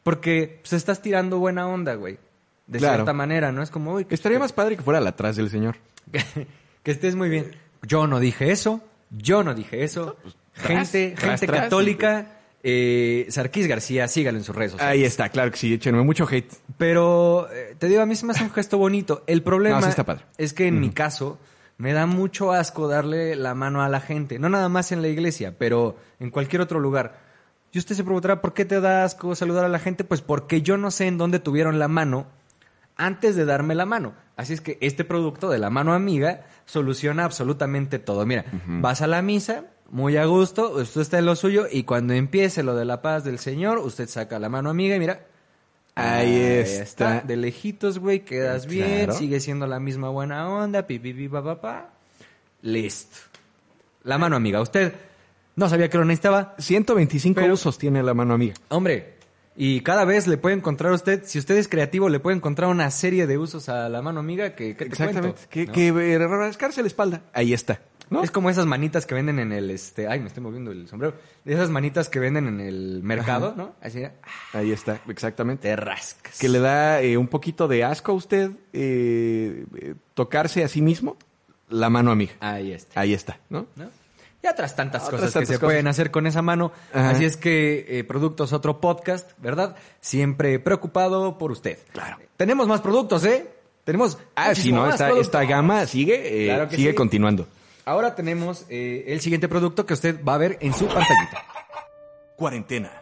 Speaker 1: Porque se estás tirando buena onda, güey. De
Speaker 2: Claro.
Speaker 1: cierta manera, ¿no? Es como, uy, que,
Speaker 2: Estaría más padre que fuera la atrás del señor.
Speaker 1: que estés muy bien. Yo no dije eso, yo no dije eso.
Speaker 2: tras,
Speaker 1: gente,
Speaker 2: pues, tras,
Speaker 1: gente
Speaker 2: tras,
Speaker 1: católica, Eh, Sarkis García, sígalo en sus redes sociales.
Speaker 2: Ahí está, claro que sí, échenme mucho hate.
Speaker 1: Pero eh, te digo, a mí se me hace un gesto bonito. El problema
Speaker 2: No, sí está padre.
Speaker 1: es que en mi caso me da mucho asco darle la mano a la gente. No nada más en la iglesia, pero en cualquier otro lugar. Y usted se preguntará, ¿por qué te da asco saludar a la gente? Pues porque yo no sé en dónde tuvieron la mano antes de darme la mano. Así es que este producto de la mano amiga soluciona absolutamente todo. Mira, vas a la misa, muy a gusto, usted está en lo suyo y cuando empiece lo de la paz del Señor, usted saca la mano amiga y mira,
Speaker 2: Ahí está.
Speaker 1: De lejitos, güey, quedas bien,
Speaker 2: Claro.
Speaker 1: sigue siendo la misma buena onda, pi, pi, pi, pa, pa, pa. Listo. La mano amiga, usted no sabía que lo necesitaba.
Speaker 2: 125
Speaker 1: Pero-
Speaker 2: usos tiene la mano amiga.
Speaker 1: Hombre, y cada vez le puede encontrar a usted, si usted es creativo, le puede encontrar una serie de usos a la mano amiga que, que te cuento,
Speaker 2: Que,
Speaker 1: ¿no?
Speaker 2: que eh, rascarse la espalda. Ahí está. ¿no?
Speaker 1: Es como esas manitas que venden en el este, ay, me estoy moviendo el sombrero. De esas manitas que venden en el mercado, ¿no? Así ah,
Speaker 2: Ahí está, exactamente.
Speaker 1: te rascas.
Speaker 2: Que le da eh, un poquito de asco a usted eh, eh, tocarse a sí mismo la mano amiga.
Speaker 1: Ahí está.
Speaker 2: Ahí está, ¿no?
Speaker 1: ¿no? Y otras tantas
Speaker 2: Otras
Speaker 1: cosas
Speaker 2: tantas
Speaker 1: que se
Speaker 2: cosas.
Speaker 1: pueden hacer con esa mano.
Speaker 2: Ajá.
Speaker 1: Así es que eh, Productos Otro Podcast, ¿verdad? Siempre preocupado por usted.
Speaker 2: Claro.
Speaker 1: Tenemos más productos, ¿eh? Tenemos.
Speaker 2: Ah, sí,
Speaker 1: muchísimo
Speaker 2: ¿no?
Speaker 1: más
Speaker 2: Esta,
Speaker 1: productos.
Speaker 2: esta gama sigue, eh,
Speaker 1: Claro que
Speaker 2: sigue
Speaker 1: sí.
Speaker 2: continuando.
Speaker 1: Ahora tenemos eh, el siguiente producto que usted va a ver en su pantallita.
Speaker 5: Cuarentena.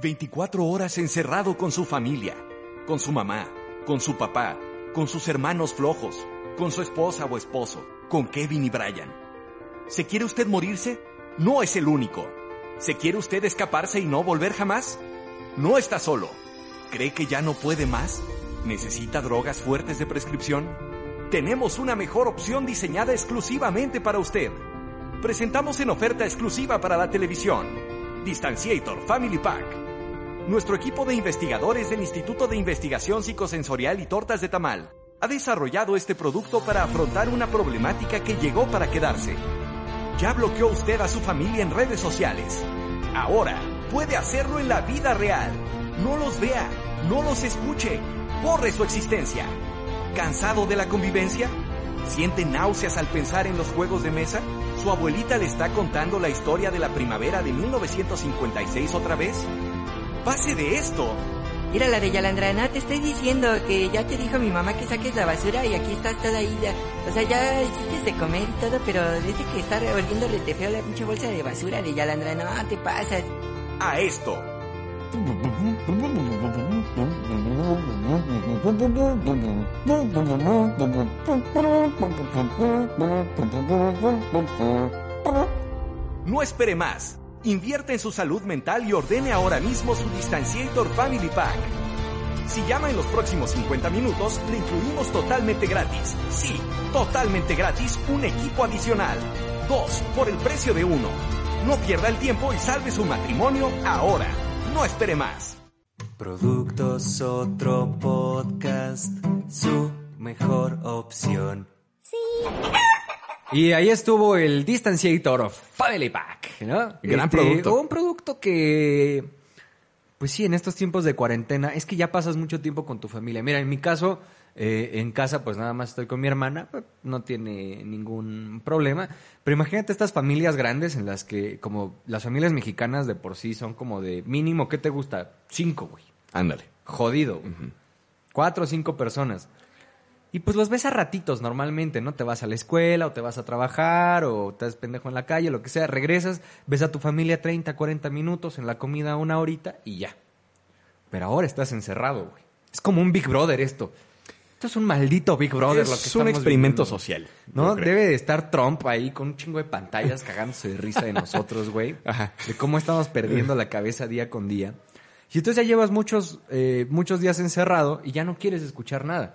Speaker 5: 24 horas encerrado con su familia, con su mamá, con su papá, con sus hermanos flojos, con su esposa o esposo, con Kevin y Brian. ¿Se quiere usted morirse? No es el único. ¿Se quiere usted escaparse y no volver jamás? No está solo. ¿Cree que ya no puede más? ¿Necesita drogas fuertes de prescripción? Tenemos una mejor opción diseñada exclusivamente para usted. Presentamos en oferta exclusiva para la televisión. Distanciator Family Pack. Nuestro equipo de investigadores del Instituto de Investigación Psicosensorial y Tortas de Tamal ha desarrollado este producto para afrontar una problemática que llegó para quedarse. Ya bloqueó usted a su familia en redes sociales. Ahora puede hacerlo en la vida real. No los vea, no los escuche, borre su existencia. ¿Cansado de la convivencia? ¿Siente náuseas al pensar en los juegos de mesa? ¿Su abuelita le está contando la historia de la primavera de 1956 otra vez? Pase de esto.
Speaker 6: Mira la de Yalandrana, te estoy diciendo que ya te dijo mi mamá que saques la basura y aquí estás toda ahí. ya. O sea, ya hiciste de comer y todo, pero desde que está revolviendo rete feo la pinche bolsa de basura de Yalandrana, no te pasas.
Speaker 5: A esto. No espere más. Invierte en su salud mental y ordene ahora mismo su Distanciator Family Pack. Si llama en los próximos 50 minutos, le incluimos totalmente gratis. Sí, totalmente gratis, un equipo adicional. Dos, por el precio de uno. No pierda el tiempo y salve su matrimonio ahora. No espere más.
Speaker 4: Productos Otro Podcast, su mejor opción.
Speaker 1: Y ahí estuvo el Distanciator of Family Pack, ¿no? Este,
Speaker 2: Gran producto.
Speaker 1: Un producto que, pues sí, en estos tiempos de cuarentena, es que ya pasas mucho tiempo con tu familia. Mira, en mi caso, eh, en casa pues nada más estoy con mi hermana, pues, no tiene ningún problema. Pero imagínate estas familias grandes en las que, como las familias mexicanas de por sí son como de mínimo, ¿qué te gusta? Cinco, güey
Speaker 2: Ándale.
Speaker 1: jodido. güey. Cuatro o cinco personas. Y pues los ves a ratitos normalmente, ¿no? Te vas a la escuela o te vas a trabajar o estás pendejo en la calle, lo que sea. Regresas, ves a tu familia 30, 40 minutos, en la comida una horita y ya. Pero ahora estás encerrado, güey. Es como un Big Brother esto. Esto es un maldito Big Brother. lo que
Speaker 2: es un
Speaker 1: estamos viviendo.
Speaker 2: experimento social.
Speaker 1: ¿No?
Speaker 2: yo creo.
Speaker 1: Debe de estar Trump ahí con un chingo de pantallas cagándose de risa de nosotros, güey.
Speaker 2: Ajá.
Speaker 1: De cómo estamos perdiendo la cabeza día con día. Y entonces ya llevas muchos, eh, muchos días encerrado y ya no quieres escuchar nada.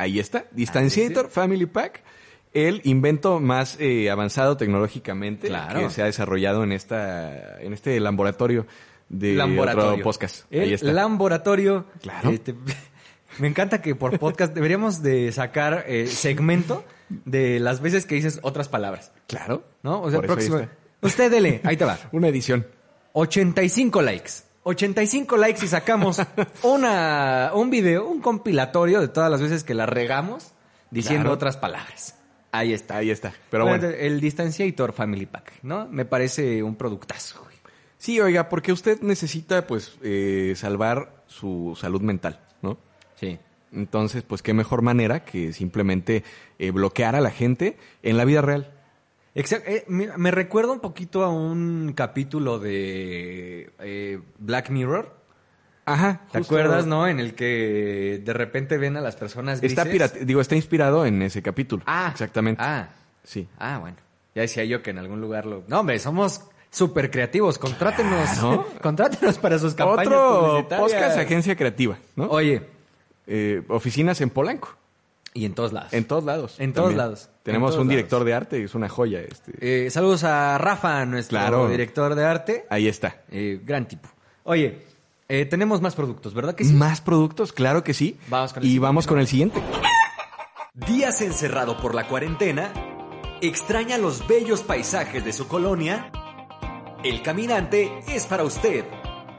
Speaker 2: Ahí está. Distanciator Family Pack. El invento más eh, avanzado tecnológicamente
Speaker 1: Claro.
Speaker 2: que se ha desarrollado en esta en este laboratorio de otro podcast.
Speaker 1: El
Speaker 2: Ahí está.
Speaker 1: Laboratorio.
Speaker 2: Claro.
Speaker 1: Este, me encanta que por podcast deberíamos de sacar eh, segmento de las veces que dices otras palabras.
Speaker 2: Claro.
Speaker 1: ¿No? O sea,
Speaker 2: Por eso ahí
Speaker 1: próximo.
Speaker 2: está.
Speaker 1: Usted dele, ahí te va.
Speaker 2: Una edición.
Speaker 1: 85 likes. 85 likes y sacamos una, un video, un compilatorio de todas las veces que la regamos diciendo
Speaker 2: Claro.
Speaker 1: otras palabras. Ahí está.
Speaker 2: Ahí está. Pero bueno.
Speaker 1: El Distanciator Family Pack, ¿no? Me parece un productazo. güey.
Speaker 2: Sí, oiga, porque usted necesita, pues, eh, salvar su salud mental, ¿no?
Speaker 1: Sí.
Speaker 2: Entonces, pues, qué mejor manera que simplemente eh, bloquear a la gente en la vida real.
Speaker 1: Exacto. me, eh, me recuerda un poquito a un capítulo de eh, Black Mirror.
Speaker 2: Ajá.
Speaker 1: ¿Te
Speaker 2: justo.
Speaker 1: acuerdas, no? En el que de repente ven a las personas grises.
Speaker 2: Está pirate- digo, está inspirado en ese capítulo.
Speaker 1: Ah.
Speaker 2: Exactamente.
Speaker 1: Ah.
Speaker 2: Sí.
Speaker 1: Ah, bueno. Ya decía yo que en algún lugar lo... No, hombre, somos súper creativos. Contrátenos.
Speaker 2: Claro.
Speaker 1: Contrátenos para sus campañas
Speaker 2: Otro
Speaker 1: publicitarias.
Speaker 2: podcast agencia creativa, ¿no?
Speaker 1: Oye,
Speaker 2: Eh, oficinas en Polanco.
Speaker 1: y en todos lados.
Speaker 2: En todos lados.
Speaker 1: En todos lados.
Speaker 2: Tenemos
Speaker 1: En todos
Speaker 2: un director de arte, es una joya. Este.
Speaker 1: Eh, saludos a Rafa, nuestro
Speaker 2: Claro.
Speaker 1: director de arte.
Speaker 2: Ahí está.
Speaker 1: Eh, gran tipo. Oye, eh, tenemos más productos, ¿verdad que sí?
Speaker 2: Más productos, claro que sí.
Speaker 1: Vamos con el
Speaker 2: y
Speaker 1: siguiente.
Speaker 2: vamos con el siguiente.
Speaker 4: Días encerrado por la cuarentena, extraña los bellos paisajes de su colonia. El caminante es para usted.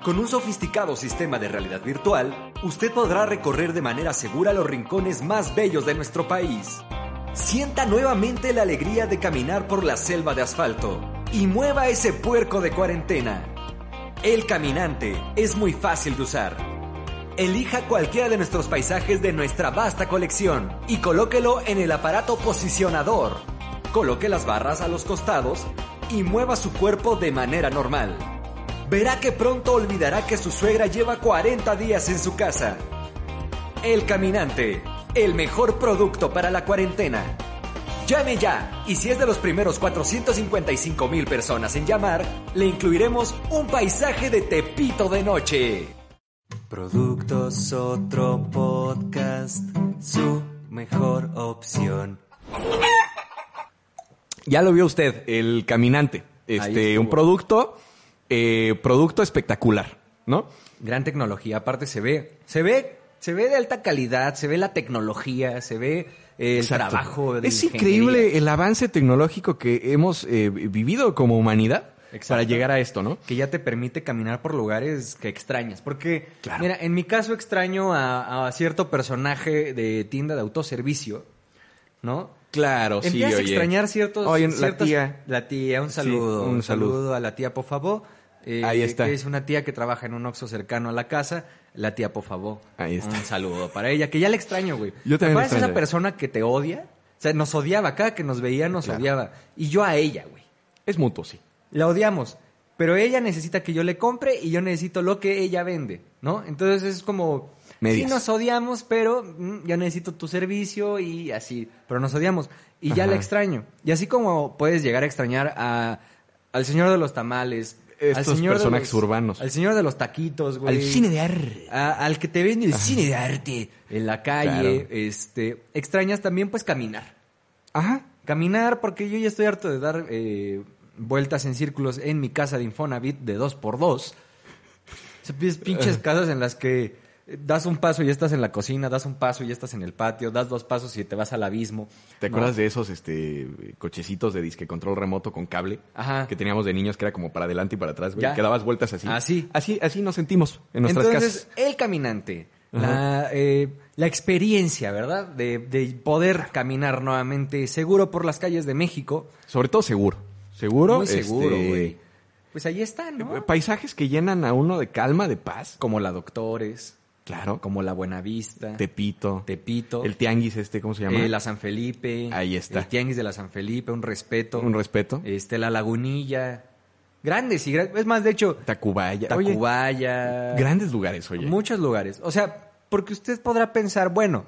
Speaker 4: Con un sofisticado sistema de realidad virtual, usted podrá recorrer de manera segura los rincones más bellos de nuestro país. Sienta nuevamente la alegría de caminar por la selva de asfalto y mueva ese puerco de cuarentena. El caminante es muy fácil de usar. Elija cualquiera de nuestros paisajes de nuestra vasta colección y colóquelo en el aparato posicionador. Coloque las barras a los costados y mueva su cuerpo de manera normal. Verá que pronto olvidará que su suegra lleva 40 días en su casa. El Caminante, el mejor producto para la cuarentena. Llame ya y si es de los primeros 455 mil personas en llamar, le incluiremos un paisaje de Tepito de noche. Productos Otro Podcast, su mejor opción.
Speaker 2: Ya lo vio usted, el caminante. Este, un producto, eh, producto espectacular, ¿no?
Speaker 1: Gran tecnología, aparte se ve, se ve, se ve de alta calidad, se ve la tecnología, se ve eh, el
Speaker 2: Exacto.
Speaker 1: trabajo. de
Speaker 2: Es
Speaker 1: ingeniería.
Speaker 2: increíble el avance tecnológico que hemos eh, vivido como humanidad para
Speaker 1: Exacto.
Speaker 2: llegar a esto, ¿no?
Speaker 1: que ya te permite caminar por lugares que extrañas. Porque,
Speaker 2: Claro.
Speaker 1: mira, en mi caso extraño a, a cierto personaje de tienda de autoservicio, ¿no?
Speaker 2: Claro,
Speaker 1: Empiezas a extrañar ciertos...
Speaker 2: Oye, la
Speaker 1: ciertas-
Speaker 2: tía.
Speaker 1: La tía, un
Speaker 2: Sí,
Speaker 1: saludo.
Speaker 2: un
Speaker 1: un saludo.
Speaker 2: saludo
Speaker 1: a la tía, por favor. Eh,
Speaker 2: Ahí está.
Speaker 1: que es una tía que trabaja en un oxo cercano a la casa. La tía, por favor.
Speaker 2: Ahí está.
Speaker 1: Un saludo para ella, que ya la extraño, güey.
Speaker 2: Yo también la
Speaker 1: ¿Te acuerdas de
Speaker 2: extraño.
Speaker 1: esa persona que te odia? O sea, nos odiaba. Cada que nos veía nos odiaba. Y yo a ella, güey.
Speaker 2: Es mutuo, sí.
Speaker 1: La odiamos. Pero ella necesita que yo le compre y yo necesito lo que ella vende, ¿no? Entonces es como.
Speaker 2: Medias.
Speaker 1: Sí, nos odiamos, pero mm, yo necesito tu servicio y así. Pero nos odiamos. Y ya
Speaker 2: Ajá.
Speaker 1: la extraño. Y así como puedes llegar a extrañar a, al señor de los tamales.
Speaker 2: Estos
Speaker 1: al señor de
Speaker 2: personajes
Speaker 1: los-
Speaker 2: urbanos.
Speaker 1: Al señor de los taquitos, güey.
Speaker 2: Al cine de arte.
Speaker 1: A- al que te vende el cine de arte en la calle.
Speaker 2: Claro.
Speaker 1: Este. Extrañas también, pues, caminar
Speaker 2: Ajá.
Speaker 1: caminar porque yo ya estoy harto de dar eh, vueltas en círculos en mi casa de Infonavit de dos por dos. Se pides pinches casas en las que eh, das un paso y ya estás en la cocina, das un paso y ya estás en el patio, das dos pasos y te vas al abismo.
Speaker 2: ¿Te acuerdas de esos este, cochecitos de disque control remoto con cable
Speaker 1: Ajá.
Speaker 2: que teníamos de niños que era como para adelante y para atrás, güey?
Speaker 1: Ya.
Speaker 2: Que dabas vueltas así.
Speaker 1: Así.
Speaker 2: Así, así nos sentimos en nuestras
Speaker 1: Entonces,
Speaker 2: casas.
Speaker 1: el caminante, la, eh, la experiencia, ¿verdad? De, de poder caminar nuevamente seguro por las calles de México.
Speaker 2: Sobre todo seguro. Seguro.
Speaker 1: Muy seguro,
Speaker 2: este, eh,
Speaker 1: güey. Pues ahí está, ¿no?
Speaker 2: Paisajes que llenan a uno de calma, de paz.
Speaker 1: Como la Doctores,
Speaker 2: Claro. Como
Speaker 1: como la Buenavista,
Speaker 2: Tepito.
Speaker 1: Tepito.
Speaker 2: El tianguis este, ¿cómo se llama?
Speaker 1: Eh, la San Felipe.
Speaker 2: Ahí está.
Speaker 1: El Tianguis de la San Felipe, un respeto.
Speaker 2: Un respeto.
Speaker 1: Este, la Lagunilla. Grandes y grandes. Es más, de hecho,
Speaker 2: Tacubaya. Oye,
Speaker 1: Tacubaya.
Speaker 2: grandes lugares, oye.
Speaker 1: Muchos lugares. O sea, porque usted podrá pensar, bueno,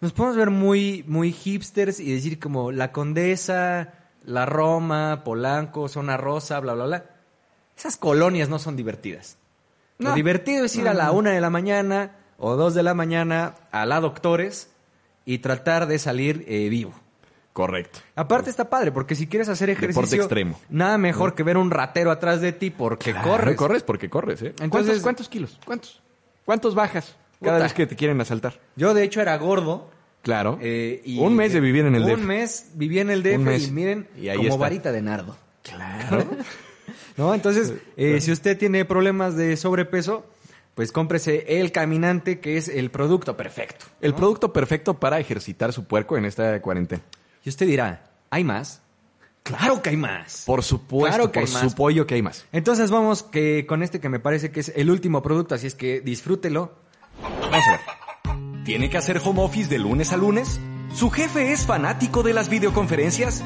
Speaker 1: nos podemos ver muy, muy hipsters y decir como la Condesa, la Roma, Polanco, Zona Rosa, bla, bla, bla. Esas colonias no son divertidas. Lo
Speaker 2: No.
Speaker 1: divertido es ir a la una de la mañana o dos de la mañana a la Doctores y tratar de salir eh, vivo.
Speaker 2: Correcto.
Speaker 1: Aparte está padre, porque si quieres hacer
Speaker 2: Deporte
Speaker 1: ejercicio...
Speaker 2: extremo.
Speaker 1: Nada mejor que ver un ratero atrás de ti porque
Speaker 2: Claro,
Speaker 1: corres.
Speaker 2: Corres porque corres, ¿eh?
Speaker 1: Entonces-
Speaker 2: ¿Cuántos, cuántos kilos? ¿Cuántos? ¿Cuántos bajas cada
Speaker 1: Puta.
Speaker 2: vez que te quieren asaltar?
Speaker 1: Yo, de hecho, era gordo.
Speaker 2: Claro.
Speaker 1: Eh, y-
Speaker 2: un mes de vivir en el
Speaker 1: un
Speaker 2: DF.
Speaker 1: mes viví en el DF
Speaker 2: Un mes.
Speaker 1: y miren,
Speaker 2: Y ahí
Speaker 1: como
Speaker 2: está.
Speaker 1: varita de nardo.
Speaker 2: Claro.
Speaker 1: ¿No? Entonces, eh, si usted tiene problemas de sobrepeso, pues cómprese el caminante, que es el producto perfecto.
Speaker 2: El producto perfecto para ejercitar su puerco en esta cuarentena.
Speaker 1: Y usted dirá, ¿hay más? Claro que hay más.
Speaker 2: Por supuesto,
Speaker 1: Claro que
Speaker 2: por
Speaker 1: hay más.
Speaker 2: su pollo que hay más.
Speaker 1: Entonces vamos que con este que me parece que es el último producto, así es que disfrútelo.
Speaker 4: Vamos a ver. ¿Tiene que hacer home office de lunes a lunes? ¿Su jefe es fanático de las videoconferencias?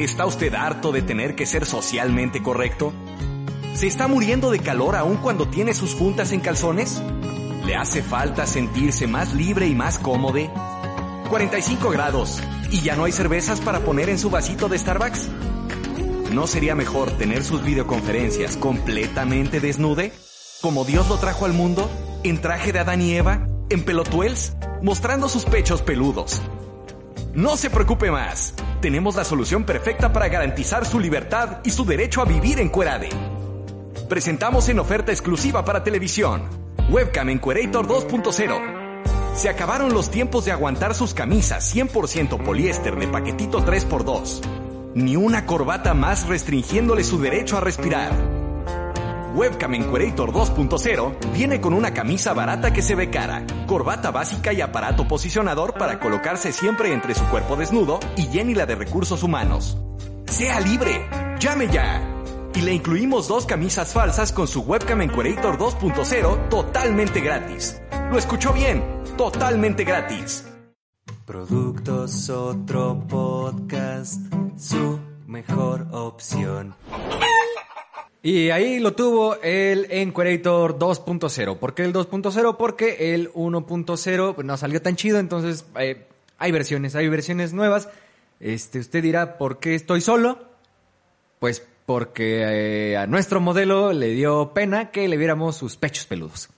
Speaker 4: ¿Está usted harto de tener que ser socialmente correcto? ¿Se está muriendo de calor aún cuando tiene sus juntas en calzones? ¿Le hace falta sentirse más libre y más cómodo? 45 grados. ¿Y ya no hay cervezas para poner en su vasito de Starbucks? ¿No sería mejor tener sus videoconferencias completamente desnude? ¿Como Dios lo trajo al mundo? ¿En traje de Adán y Eva? ¿En pelotuels? Mostrando sus pechos peludos. No se preocupe más. Tenemos la solución perfecta para garantizar su libertad y su derecho a vivir en Cuerade. Presentamos en oferta exclusiva para televisión. Webcam en 2.0. Se acabaron los tiempos de aguantar sus camisas 100% poliéster de paquetito 3x2. Ni una corbata más restringiéndole su derecho a respirar. Webcam Enquerator 2.0 viene con una camisa barata que se ve cara, corbata básica y aparato posicionador para colocarse siempre entre su cuerpo desnudo y llénila de recursos humanos. ¡Sea libre! ¡Llame ya! Y le incluimos dos camisas falsas con su webcam Enquerator 2.0 totalmente gratis. ¿Lo escuchó bien? Totalmente gratis.
Speaker 7: Productos otro podcast, su mejor opción.
Speaker 1: Y ahí lo tuvo el Enquerator 2.0. ¿Por qué el 2.0? Porque el 1.0 pues, no salió tan chido, entonces eh, hay versiones, hay versiones nuevas. Este, usted dirá, ¿por qué estoy solo? Pues porque eh, a nuestro modelo le dio pena que le viéramos sus pechos peludos.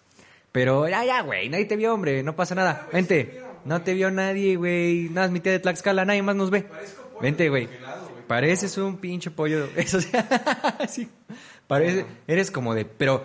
Speaker 1: Pero ya, ya, güey, nadie te vio, hombre, no pasa nada. Vente, no te vio nadie, güey. Nada, es mi tía de Tlaxcala, nadie más nos ve. Vente, güey. Pareces un pinche pollo. Eso sí. sí. Parece, eres como de, pero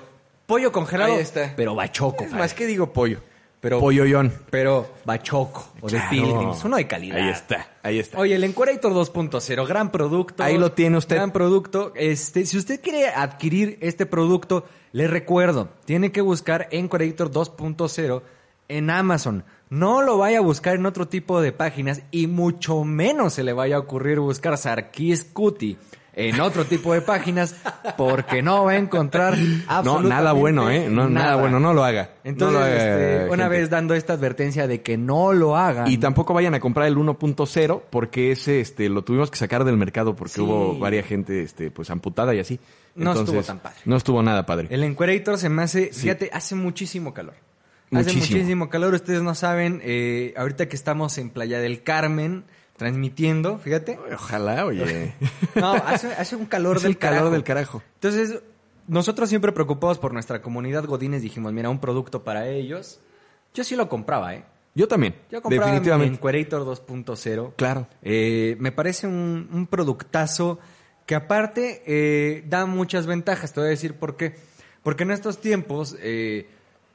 Speaker 1: pollo congelado,
Speaker 2: Ahí está.
Speaker 1: pero bachoco.
Speaker 2: Es
Speaker 1: padre.
Speaker 2: más que digo pollo.
Speaker 1: pero
Speaker 2: Polloyón.
Speaker 1: pero bachoco o de
Speaker 2: Claro.
Speaker 1: pilgrims, uno de calidad.
Speaker 2: Ahí está, ahí está.
Speaker 1: Oye, el Enquerator 2.0, gran producto.
Speaker 2: Ahí lo tiene usted.
Speaker 1: Gran producto. Este, si usted quiere adquirir este producto, le recuerdo, tiene que buscar Enquerator 2.0 en Amazon. No lo vaya a buscar en otro tipo de páginas y mucho menos se le vaya a ocurrir buscar Sarkis Cuti en otro tipo de páginas porque no va a encontrar
Speaker 2: No,
Speaker 1: absolutamente
Speaker 2: nada bueno, ¿eh? No, nada. bueno, no lo haga. No
Speaker 1: Entonces,
Speaker 2: lo haga,
Speaker 1: este, una
Speaker 2: gente.
Speaker 1: vez dando esta advertencia de que no lo hagan.
Speaker 2: Y tampoco vayan a comprar el 1.0 porque ese este lo tuvimos que sacar del mercado porque
Speaker 1: Sí.
Speaker 2: hubo varias gente este pues amputada y así.
Speaker 1: No estuvo tan padre.
Speaker 2: No estuvo nada padre.
Speaker 1: El Enquerator se me hace, fíjate, hace muchísimo calor. Hace
Speaker 2: Muchísimo.
Speaker 1: muchísimo calor, ustedes no saben, eh, ahorita que estamos en Playa del Carmen transmitiendo, fíjate.
Speaker 2: Ojalá, oye.
Speaker 1: No, hace, hace un calor
Speaker 2: Es
Speaker 1: del
Speaker 2: el calor
Speaker 1: carajo.
Speaker 2: del carajo.
Speaker 1: Entonces, nosotros siempre preocupados por nuestra comunidad Godines dijimos, mira, un producto para ellos. Yo sí lo compraba, ¿eh?
Speaker 2: Yo también.
Speaker 1: Yo compraba mi
Speaker 2: definitivamente.
Speaker 1: Enquerator 2.0.
Speaker 2: Claro.
Speaker 1: Eh, me parece un, un productazo que aparte eh, da muchas ventajas. Te voy a decir por qué. Porque en estos tiempos, eh,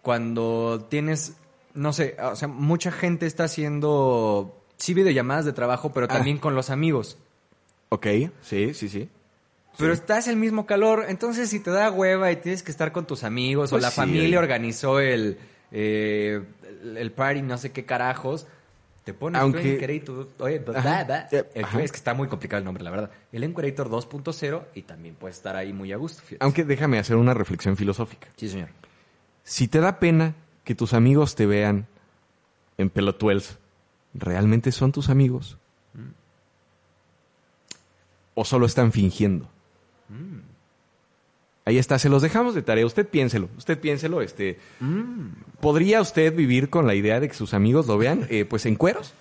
Speaker 1: cuando tienes, no sé, o sea, mucha gente está haciendo, sí, videollamadas de trabajo, pero también con los amigos.
Speaker 2: Ok, sí, sí, sí.
Speaker 1: Pero estás el mismo calor, entonces si te da hueva y tienes que estar con tus amigos o
Speaker 2: Pues
Speaker 1: la
Speaker 2: sí,
Speaker 1: familia
Speaker 2: oye.
Speaker 1: organizó el, eh, el- el party, no sé qué carajos, te pones
Speaker 2: Aunque-
Speaker 1: tú en Enquerator, oye, pues,
Speaker 2: Ajá.
Speaker 1: va, va.
Speaker 2: Eh,
Speaker 1: El-
Speaker 2: ajá.
Speaker 1: es que está muy complicado el nombre, la verdad. El Enquerator 2.0 y también puedes estar ahí muy a gusto. fíjate.
Speaker 2: Aunque déjame hacer una reflexión filosófica.
Speaker 1: Sí, señor.
Speaker 2: Si te da pena que tus amigos te vean en pelotuels, ¿realmente son tus amigos? ¿O solo están fingiendo?
Speaker 1: Mm.
Speaker 2: Ahí está, se los dejamos de tarea. Usted piénselo, usted piénselo. Este, ¿Podría usted vivir con la idea de que sus amigos lo vean eh, pues en cueros?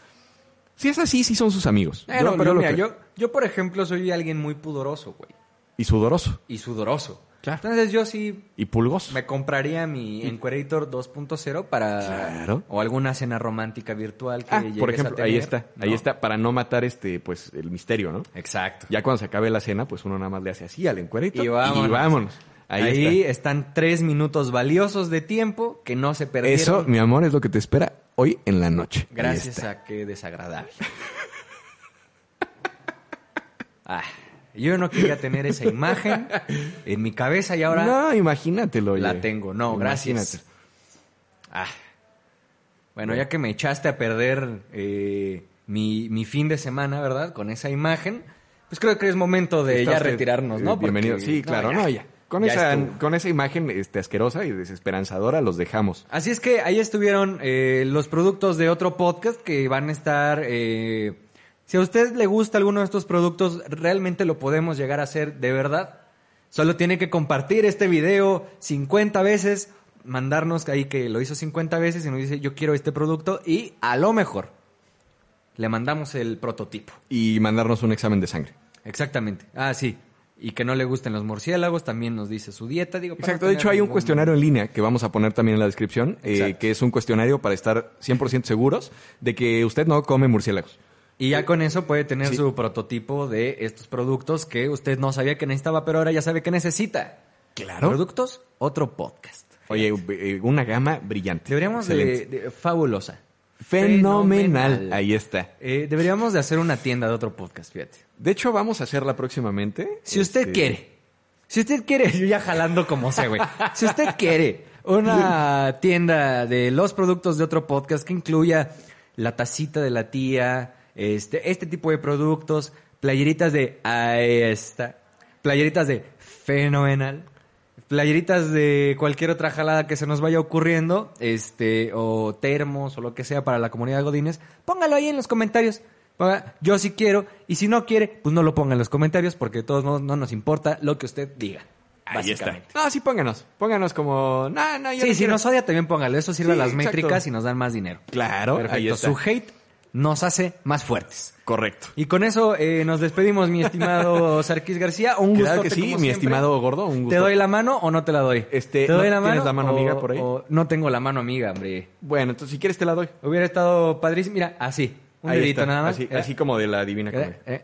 Speaker 2: Si es así, sí son sus amigos.
Speaker 1: Bueno,
Speaker 2: Yo-
Speaker 1: pero
Speaker 2: yo lo
Speaker 1: mira,
Speaker 2: creo.
Speaker 1: yo, yo por ejemplo soy alguien muy pudoroso, güey,
Speaker 2: Y sudoroso,
Speaker 1: y sudoroso.
Speaker 2: Claro.
Speaker 1: Entonces yo sí
Speaker 2: y pulgoso.
Speaker 1: Me compraría mi Enquerator 2.0 para...
Speaker 2: Claro.
Speaker 1: O alguna cena romántica virtual que
Speaker 2: Ah,
Speaker 1: llegues
Speaker 2: por
Speaker 1: a
Speaker 2: ejemplo, ahí
Speaker 1: tener.
Speaker 2: está,
Speaker 1: No.
Speaker 2: ahí está, para no matar este, pues, el misterio, ¿no?
Speaker 1: Exacto.
Speaker 2: Ya cuando se acabe la cena, pues uno nada más le hace así al encuerito.
Speaker 1: Y vámonos.
Speaker 2: Ahí,
Speaker 1: Ahí,
Speaker 2: está.
Speaker 1: están tres minutos valiosos de tiempo que no se perdieron.
Speaker 2: Eso, mi amor, es lo que te espera hoy en la noche. Ahí
Speaker 1: Gracias
Speaker 2: está.
Speaker 1: a qué desagradable. Ah, yo no quería tener esa imagen en mi cabeza y ahora
Speaker 2: No, imagínatelo. oye.
Speaker 1: la tengo. No, gracias.
Speaker 2: Imagínate.
Speaker 1: Ah. Bueno, ya que me echaste a perder eh, mi, mi fin de semana, ¿verdad? Con esa imagen, Pues creo que es momento de
Speaker 2: Está
Speaker 1: ya
Speaker 2: usted,
Speaker 1: retirarnos,
Speaker 2: eh,
Speaker 1: ¿no? Porque-
Speaker 2: Bienvenido. Sí, claro, no, ya. Con,
Speaker 1: Ya
Speaker 2: esa,
Speaker 1: estuvo.
Speaker 2: con esa imagen este, asquerosa y desesperanzadora los dejamos.
Speaker 1: Así es que ahí estuvieron eh, los productos de otro podcast que van a estar. eh, si a usted le gusta alguno de estos productos, realmente lo podemos llegar a hacer de verdad. Solo tiene que compartir este video 50 veces, mandarnos ahí que lo hizo 50 veces y nos dice yo quiero este producto y a lo mejor le mandamos el prototipo.
Speaker 2: Y mandarnos un examen de sangre.
Speaker 1: Exactamente. Ah, sí. Y que no le gusten los morciélagos, también nos dice su dieta. Digo, para
Speaker 2: Exacto,
Speaker 1: no
Speaker 2: de
Speaker 1: tener
Speaker 2: hecho hay un
Speaker 1: ningún-
Speaker 2: cuestionario en línea que vamos a poner también en la descripción, eh,
Speaker 1: Exacto.
Speaker 2: que es un cuestionario para estar 100% seguros de que usted no come murciélagos.
Speaker 1: Y ya con eso puede tener
Speaker 2: Sí.
Speaker 1: su prototipo de estos productos que usted no sabía que necesitaba, pero ahora ya sabe que necesita.
Speaker 2: Claro.
Speaker 1: Productos, otro podcast.
Speaker 2: Oye, eh, una gama brillante.
Speaker 1: Deberíamos de,
Speaker 2: Excelente.
Speaker 1: de- fabulosa.
Speaker 2: Fenomenal.
Speaker 1: Fenomenal.
Speaker 2: Ahí está.
Speaker 1: Eh, deberíamos de hacer una tienda de otro podcast, fíjate.
Speaker 2: De hecho, vamos a hacerla próximamente.
Speaker 1: Si usted
Speaker 2: Este,
Speaker 1: quiere, si usted quiere, yo ya jalando como sé, güey. Si usted quiere una tienda de los productos de otro podcast que incluya la tacita de la tía, este, este tipo de productos, playeritas de ahí está, playeritas de fenomenal, playeritas de cualquier otra jalada que se nos vaya ocurriendo, este, o termos o lo que sea para la comunidad de Godines, póngalo ahí en los comentarios. Ponga, yo sí quiero, y si no quiere, pues no lo ponga en los comentarios, porque de todos modos no nos importa lo que usted diga.
Speaker 2: Ahí está.
Speaker 1: básicamente.
Speaker 2: No, sí, pónganos. Pónganos como. No, no, yo
Speaker 1: Sí,
Speaker 2: no
Speaker 1: si
Speaker 2: quiero".
Speaker 1: nos odia, también póngalo. Eso sirve
Speaker 2: Sí,
Speaker 1: a las
Speaker 2: exacto.
Speaker 1: métricas y nos dan más dinero.
Speaker 2: Claro,
Speaker 1: Perfecto.
Speaker 2: ahí está.
Speaker 1: Su hate nos hace más fuertes.
Speaker 2: Correcto.
Speaker 1: Y con eso eh, nos despedimos, mi estimado Sarkis García. Un gusto.
Speaker 2: Claro que sí, mi estimado gordo. Un gusto.
Speaker 1: ¿Te doy la mano o no te la doy?
Speaker 2: Este,
Speaker 1: ¿Te doy
Speaker 2: ¿no
Speaker 1: la
Speaker 2: tienes
Speaker 1: mano?
Speaker 2: la mano
Speaker 1: o-
Speaker 2: amiga por ahí?
Speaker 1: o- no tengo la mano amiga, hombre.
Speaker 2: Bueno, entonces si quieres te la doy.
Speaker 1: Hubiera estado padrísimo. Mira, así. Un
Speaker 2: Ahí
Speaker 1: dedito
Speaker 2: está.
Speaker 1: nada más.
Speaker 2: Así,
Speaker 1: Era-
Speaker 2: así como de la divina
Speaker 1: era-
Speaker 2: comedia.
Speaker 1: eh,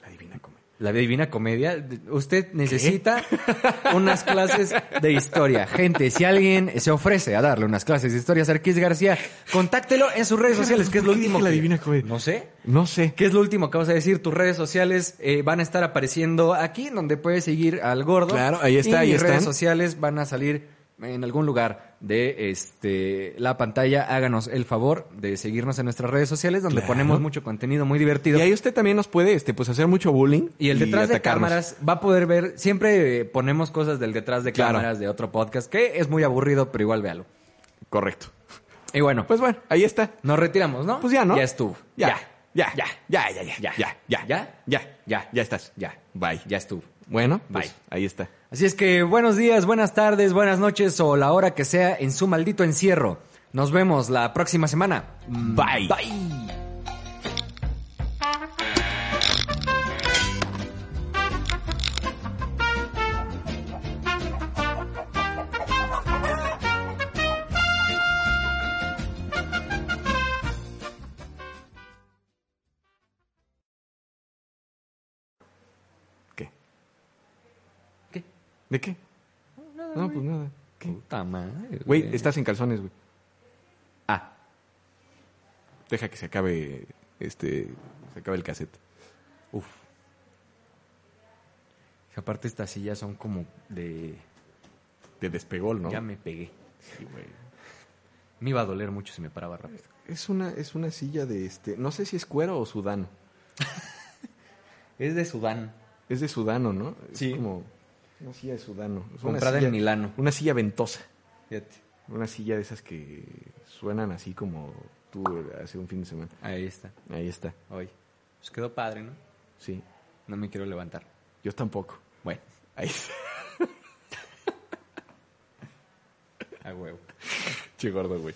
Speaker 2: La divina comedia.
Speaker 1: La divina comedia. Usted necesita unas clases de historia. Gente, si alguien se ofrece a darle unas clases de historia a Sarkis García, contáctelo en sus redes sociales, que es lo
Speaker 2: ¿Por qué
Speaker 1: último.
Speaker 2: dije la
Speaker 1: que-
Speaker 2: Divina Comedia?
Speaker 1: No sé.
Speaker 2: No sé.
Speaker 1: ¿Qué es lo último que vas a decir? Tus redes sociales eh, van a estar apareciendo aquí, donde puedes seguir al gordo.
Speaker 2: Claro, ahí está,
Speaker 1: Y
Speaker 2: ahí
Speaker 1: mis
Speaker 2: están.
Speaker 1: redes sociales van a salir en algún lugar de este la pantalla. Háganos el favor de seguirnos en nuestras redes sociales, donde
Speaker 2: Claro.
Speaker 1: ponemos mucho contenido muy divertido.
Speaker 2: Y ahí usted también nos puede este, pues hacer mucho bullying.
Speaker 1: Y el detrás de
Speaker 2: atacarnos.
Speaker 1: cámaras va a poder ver, siempre eh, ponemos cosas del detrás de
Speaker 2: Claro.
Speaker 1: cámaras de otro podcast, que es muy aburrido, pero igual véalo.
Speaker 2: Correcto.
Speaker 1: Y bueno,
Speaker 2: Pues bueno, ahí está.
Speaker 1: nos retiramos, ¿no?
Speaker 2: Pues ya, ¿no?
Speaker 1: Ya estuvo.
Speaker 2: Ya. Ya.
Speaker 1: Ya.
Speaker 2: Ya, ya, ya. Ya. Ya. Ya.
Speaker 1: Ya.
Speaker 2: Ya. Ya. Ya estás.
Speaker 1: Ya.
Speaker 2: Bye.
Speaker 1: Ya estuvo.
Speaker 2: Bueno, pues,
Speaker 1: Bye.
Speaker 2: ahí está.
Speaker 1: Así es que buenos días, buenas tardes, buenas noches o la hora que sea en su maldito encierro. Nos vemos la próxima semana.
Speaker 2: Bye.
Speaker 1: Bye.
Speaker 2: ¿Qué?
Speaker 1: ¿Qué?
Speaker 2: ¿De qué? No, pues nada. ¿Qué?
Speaker 1: Puta madre.
Speaker 2: Güey, estás en calzones, güey.
Speaker 1: Ah.
Speaker 2: Deja que se acabe este se acabe el cassette.
Speaker 1: Uf. Que Aparte estas sillas son como de...
Speaker 2: Te despegó, ¿no?
Speaker 1: Ya me pegué.
Speaker 2: Sí, güey.
Speaker 1: Me iba a doler mucho si me paraba rápido.
Speaker 2: Es una es una silla de este, no sé si es cuero o sudano.
Speaker 1: Es de Sudán.
Speaker 2: Es de sudano, ¿no?
Speaker 1: Sí.
Speaker 2: Es como una silla de sudano. Es una
Speaker 1: Comprada
Speaker 2: silla-
Speaker 1: en Milano.
Speaker 2: Una silla ventosa.
Speaker 1: Fíjate.
Speaker 2: Una silla de esas que suenan así como tú eh, hace un fin de semana.
Speaker 1: Ahí está.
Speaker 2: Ahí está.
Speaker 1: Hoy. Pues quedó padre, ¿no?
Speaker 2: Sí.
Speaker 1: No me quiero levantar.
Speaker 2: Yo tampoco.
Speaker 1: Bueno,
Speaker 2: Ahí está.
Speaker 1: a huevo.
Speaker 2: Che gordo, güey.